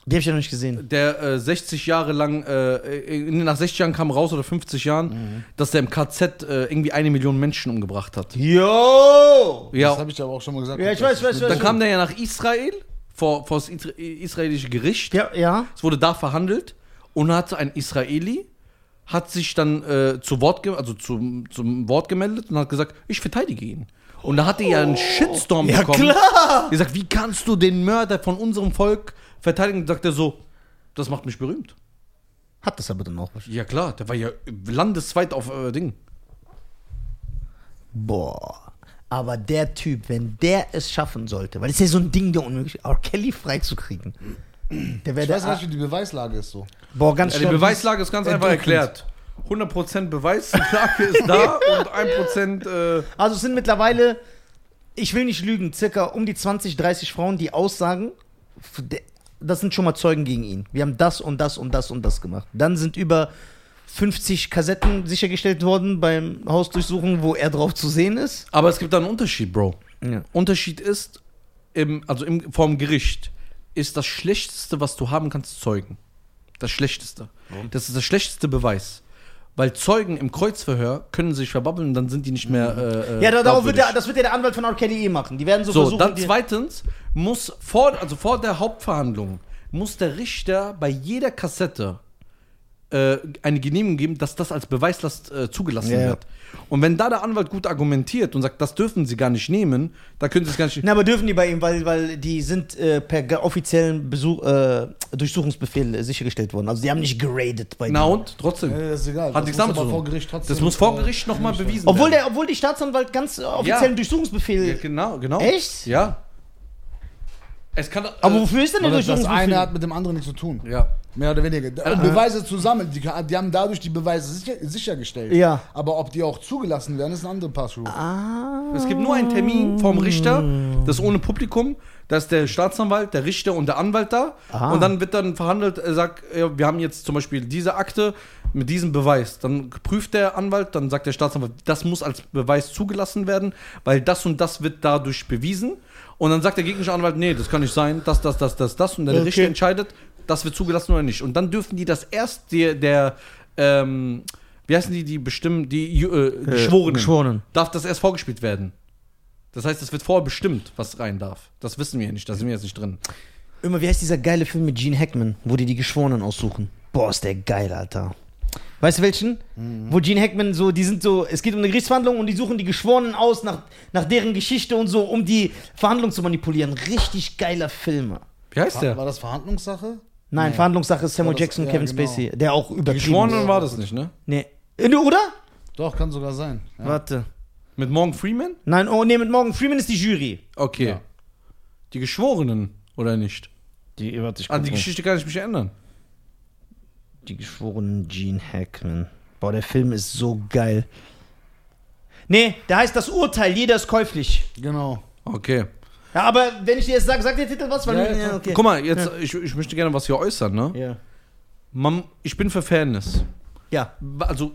Speaker 1: Die habe ich ja noch nicht gesehen.
Speaker 2: der äh, 60 Jahre lang, äh, äh, nach 60 Jahren kam raus oder 50 Jahren, dass der im KZ äh, irgendwie eine Million Menschen umgebracht hat.
Speaker 1: Yo!
Speaker 3: Das
Speaker 2: Ja,
Speaker 3: habe ich dir aber auch schon mal gesagt.
Speaker 1: Ja, ich weiß, ich weiß, ich weiß.
Speaker 2: Dann kam der ja nach Israel, vor, vor das Isra- israelische Gericht.
Speaker 1: Ja, ja.
Speaker 2: Es wurde da verhandelt und hat ein Israeli hat sich dann äh, zu Wort ge also zum, zum Wort gemeldet und hat gesagt, ich verteidige ihn. Und da hat er ja einen Shitstorm
Speaker 1: Ja,
Speaker 2: bekommen.
Speaker 1: klar.
Speaker 2: Er sagt, wie kannst du den Mörder von unserem Volk verteidigen? Und sagt er so, das macht mich berühmt.
Speaker 1: Hat das aber dann auch.
Speaker 2: Ja klar, der war ja landesweit auf äh, Ding.
Speaker 1: Boah. Aber der Typ, wenn der es schaffen sollte, weil es ist ja so ein Ding der Unmöglichkeit, R. Kelly freizukriegen. Der wäre
Speaker 3: Ich weiß
Speaker 1: der.
Speaker 3: gar nicht, wie die Beweislage ist so.
Speaker 2: Äh,
Speaker 1: Boah, ganz
Speaker 2: Ja, die
Speaker 1: schlimm.
Speaker 2: Beweislage ist ganz einfach
Speaker 1: Erdrückend.
Speaker 2: erklärt. 100% Beweislage ist da und 1% äh,
Speaker 1: Also es sind mittlerweile, ich will nicht lügen, circa um die 20, 30 Frauen, die aussagen, f- de- das sind schon mal Zeugen gegen ihn. Wir haben das und das und das und das gemacht. Dann sind über 50 Kassetten sichergestellt worden beim Hausdurchsuchen, wo er drauf zu sehen ist.
Speaker 2: Aber es gibt da einen Unterschied, Bro.
Speaker 1: Ja.
Speaker 2: Unterschied ist, im, also im, vorm Gericht ist das Schlechteste, was du haben kannst, Zeugen. Das Schlechteste. Das ist der schlechteste Beweis. Weil Zeugen im Kreuzverhör können sich verbabbeln und dann sind die nicht mehr. Äh, äh,
Speaker 1: Mhm. Ja, da, darauf wird
Speaker 2: glaubwürdig.
Speaker 1: der, das wird ja der Anwalt von R. Kelly eh machen. Die werden so,
Speaker 2: So,
Speaker 1: versuchen.
Speaker 2: dann
Speaker 1: die-
Speaker 2: zweitens muss vor, also vor der Hauptverhandlung muss der Richter bei jeder Kassette äh, eine Genehmigung geben, dass das als Beweislast äh, zugelassen
Speaker 1: Ja.
Speaker 2: wird. Und wenn da der Anwalt gut argumentiert und sagt, das dürfen sie gar nicht nehmen, da können sie es gar nicht.
Speaker 1: Na, aber dürfen die bei ihm, weil, weil die sind äh, per ge- offiziellen Besuch, äh, Durchsuchungsbefehl äh, sichergestellt worden. Also die haben nicht geradet bei
Speaker 2: Na
Speaker 1: ihm.
Speaker 2: und? Trotzdem.
Speaker 3: Ja,
Speaker 1: Äh,
Speaker 3: das ist egal.
Speaker 2: Hat
Speaker 3: Das
Speaker 2: nichts
Speaker 3: muss
Speaker 2: damit
Speaker 3: aber
Speaker 2: zu tun.
Speaker 3: vor Gericht trotzdem,
Speaker 2: das muss vor
Speaker 3: äh,
Speaker 2: Gericht nochmal bewiesen
Speaker 1: Obwohl,
Speaker 2: werden.
Speaker 1: der, obwohl die Staatsanwalt ganz äh, offiziellen Durchsuchungsbefehl
Speaker 2: Ja, genau, genau.
Speaker 1: Echt?
Speaker 2: Ja. Es kann. äh,
Speaker 1: Aber wofür ist denn der
Speaker 3: Weil das, das eine
Speaker 1: Durchsuchungsbefehl?
Speaker 3: hat mit dem anderen nichts zu tun.
Speaker 2: Ja. Äh,
Speaker 3: Mehr oder weniger. Und Beweise zusammen. Die, die haben dadurch die Beweise sicher, sichergestellt.
Speaker 1: Ja.
Speaker 3: Aber ob die auch zugelassen werden, ist ein anderes Passwort.
Speaker 1: Ah.
Speaker 2: Es gibt nur einen Termin vom Richter, das ist ohne Publikum, da ist der Staatsanwalt, der Richter und der Anwalt da.
Speaker 1: Ah.
Speaker 2: Und dann wird dann verhandelt, er sagt, ja, wir haben jetzt zum Beispiel diese Akte mit diesem Beweis. Dann prüft der Anwalt, dann sagt der Staatsanwalt, das muss als Beweis zugelassen werden, weil das und das wird dadurch bewiesen. Und dann sagt der gegnerische Anwalt, nee, das kann nicht sein, das, das, das, das, das. Und der
Speaker 1: Okay.
Speaker 2: Richter entscheidet, das wird zugelassen oder nicht. Und dann dürfen die das erst der, der ähm, wie heißen die, die bestimmen, die äh, Geschworenen,
Speaker 1: Geschworenen.
Speaker 2: darf das erst vorgespielt werden. Das heißt, es wird vorher bestimmt, was rein darf. Das wissen wir nicht, da sind wir jetzt nicht drin.
Speaker 1: Immer, wie heißt dieser geile Film mit Gene Hackman, wo die die Geschworenen aussuchen? Boah, ist der geil, Alter. Weißt du welchen? Wo Gene Hackman so, die sind so, es geht um eine Gerichtsverhandlung und die suchen die Geschworenen aus nach, nach deren Geschichte und so, um die Verhandlung zu manipulieren. Richtig geiler Film.
Speaker 2: Wie heißt
Speaker 3: War
Speaker 2: der?
Speaker 3: das Verhandlungssache?
Speaker 1: Nein, Verhandlungssache ist Samuel
Speaker 3: das-
Speaker 1: Jackson und
Speaker 3: ja,
Speaker 1: Kevin
Speaker 3: genau.
Speaker 1: Spacey, der auch übertrieben ist.
Speaker 2: Geschworenen war das nicht, ne?
Speaker 1: Nee. Äh, Oder?
Speaker 3: Doch, kann sogar sein. Ja.
Speaker 1: Warte.
Speaker 2: Mit Morgan Freeman?
Speaker 1: Nein, oh nee, mit Morgan Freeman ist die Jury.
Speaker 2: Okay.
Speaker 3: Ja.
Speaker 2: Die Geschworenen, oder nicht?
Speaker 1: Die, warte, ich
Speaker 2: An Ah, die Geschichte kann ich mich erinnern.
Speaker 1: Die geschworenen Gene Hackman. Boah, der Film ist so geil. Nee, da heißt das Urteil, jeder ist käuflich.
Speaker 3: Genau.
Speaker 2: Okay.
Speaker 1: Ja, aber wenn ich dir jetzt sage, sagt der Titel was? Weil
Speaker 3: Ja,
Speaker 1: mir-
Speaker 3: ja,
Speaker 1: okay.
Speaker 2: Guck mal, jetzt, ich, ich möchte gerne was hier äußern, ne?
Speaker 1: Ja.
Speaker 2: Man, ich bin für Fairness.
Speaker 1: Ja.
Speaker 2: Also,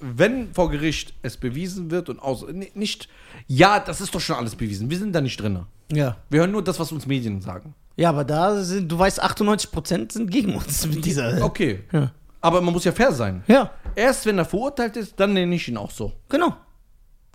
Speaker 2: wenn vor Gericht es bewiesen wird und aus, n- nicht, ja, das ist doch schon alles bewiesen. Wir sind da nicht drin.
Speaker 1: Ja.
Speaker 2: Wir hören nur das, was uns Medien sagen.
Speaker 1: Ja, aber da sind, du weißt, 98% sind gegen uns mit dieser.
Speaker 2: Okay.
Speaker 1: Ja.
Speaker 2: Aber man muss ja fair sein.
Speaker 1: ja,
Speaker 2: Erst wenn er verurteilt ist, dann nenne ich ihn auch so.
Speaker 1: genau.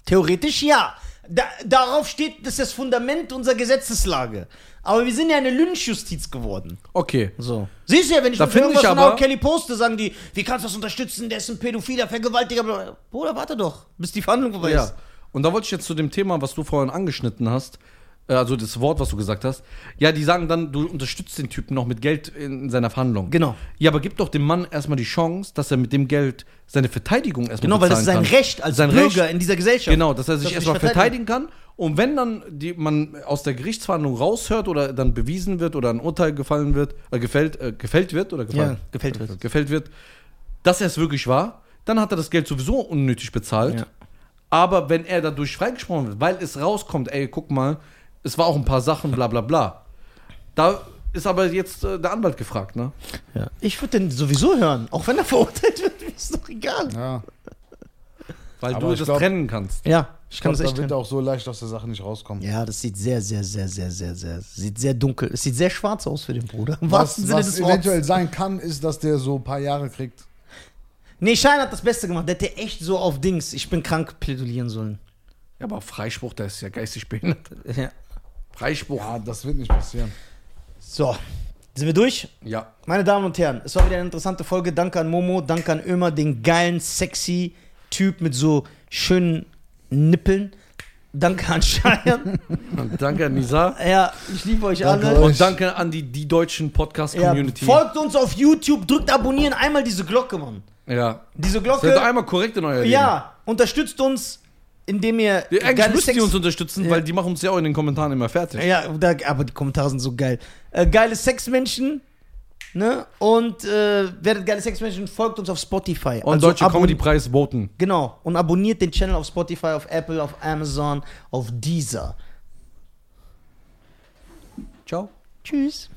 Speaker 1: Theoretisch ja. Da, darauf steht, das ist das Fundament unserer Gesetzeslage. Aber wir sind ja eine Lynchjustiz geworden.
Speaker 2: Okay.
Speaker 1: So. Siehst du ja, wenn ich
Speaker 2: Da
Speaker 1: mit
Speaker 2: find
Speaker 1: irgendwas
Speaker 2: ich
Speaker 1: von
Speaker 2: aber-
Speaker 1: R. Kelly poste, sagen die, wie kannst du das unterstützen, der ist ein Pädophiler, Vergewaltiger. bla, bla. Bruder, warte doch, bis die Verhandlung vorbei
Speaker 2: Ja.
Speaker 1: ist.
Speaker 2: Und da wollte ich jetzt zu dem Thema, was du vorhin angeschnitten hast, äh, also das Wort, was du gesagt hast. Ja, die sagen dann, du unterstützt den Typen noch mit Geld in, in seiner Verhandlung.
Speaker 1: Genau.
Speaker 2: Ja, aber gib doch dem Mann erstmal die Chance, dass er mit dem Geld seine Verteidigung erstmal
Speaker 1: Genau, weil das ist sein
Speaker 2: bezahlen kann.
Speaker 1: Recht als
Speaker 2: Sein
Speaker 1: Bürger
Speaker 2: Recht,
Speaker 1: in dieser Gesellschaft.
Speaker 2: Genau, dass er sich
Speaker 1: er
Speaker 2: erstmal verteidigen kann. Und wenn dann die, man aus der Gerichtsverhandlung raushört oder dann bewiesen wird oder ein Urteil gefallen wird, äh, gefällt, äh, gefällt wird oder gefallen,
Speaker 1: Ja, gefällt wird.
Speaker 2: gefällt wird, dass er es wirklich war, dann hat er das Geld sowieso unnötig bezahlt.
Speaker 1: Ja.
Speaker 2: Aber wenn er dadurch freigesprochen wird, weil es rauskommt, ey, guck mal, es war auch ein paar Sachen, bla bla bla. Da ist aber jetzt äh, der Anwalt gefragt, ne?
Speaker 1: Ja. Ich würde den sowieso hören, auch wenn er verurteilt wird, mir ist doch egal.
Speaker 3: Ja,
Speaker 2: Weil
Speaker 3: Aber
Speaker 2: du
Speaker 3: ich
Speaker 2: das
Speaker 3: glaub-
Speaker 2: trennen kannst.
Speaker 1: Ja, ich
Speaker 3: ich
Speaker 1: kann
Speaker 3: glaube,
Speaker 1: das
Speaker 3: da
Speaker 1: echt hören.
Speaker 3: wird er auch so leicht aus der Sache nicht rauskommen.
Speaker 1: Ja, das sieht sehr, sehr, sehr, sehr, sehr, sehr, sieht sehr dunkel. Es sieht sehr schwarz aus für den Bruder. Im
Speaker 3: Was,
Speaker 1: wahrsten Sinne
Speaker 3: was
Speaker 1: des Wortes.
Speaker 3: eventuell sein kann, ist, dass der so ein paar Jahre kriegt.
Speaker 1: Nee, Schein hat das Beste gemacht. Der hätte echt so auf Dings, ich bin krank, plädolieren sollen.
Speaker 2: Ja, aber Freispruch, der ist ja geistig behindert.
Speaker 1: Ja.
Speaker 2: Freispruch.
Speaker 3: Ja, das wird nicht passieren.
Speaker 1: So, sind wir durch?
Speaker 2: ja.
Speaker 1: Meine Damen und Herren, es war wieder eine interessante Folge. Danke an Momo, danke an Ömer, den geilen, sexy Typ mit so schönen Nippeln. Danke an Schein.
Speaker 2: Und danke an Nisa.
Speaker 1: ja, ich liebe euch
Speaker 3: Danke
Speaker 1: alle.
Speaker 3: euch.
Speaker 2: Und danke an die, die deutschen
Speaker 1: Ja,
Speaker 2: Podcast-Community. Ja,
Speaker 1: folgt uns auf YouTube, drückt abonnieren, einmal diese Glocke, Mann. Diese
Speaker 2: Seid
Speaker 1: Glocke.
Speaker 2: einmal korrekt in euer Leben.
Speaker 1: Ja, unterstützt uns, indem ihr.
Speaker 2: Die- Eigentlich
Speaker 1: geile
Speaker 2: müsst
Speaker 1: Sex-
Speaker 2: ihr uns unterstützen, weil die machen uns ja auch in den Kommentaren immer fertig.
Speaker 1: Ja, da, aber die Kommentare sind so geil. Äh, geile Sexmenschen. Ne? Und äh, werdet geile Sexmenschen, folgt uns auf Spotify.
Speaker 2: Und
Speaker 1: Also
Speaker 2: Deutsche
Speaker 1: abon-
Speaker 2: Comedy-Preis voten.
Speaker 1: Genau. Und abonniert den Channel auf Spotify, auf Apple, auf Amazon, auf Deezer.
Speaker 2: Ciao.
Speaker 1: Tschüss.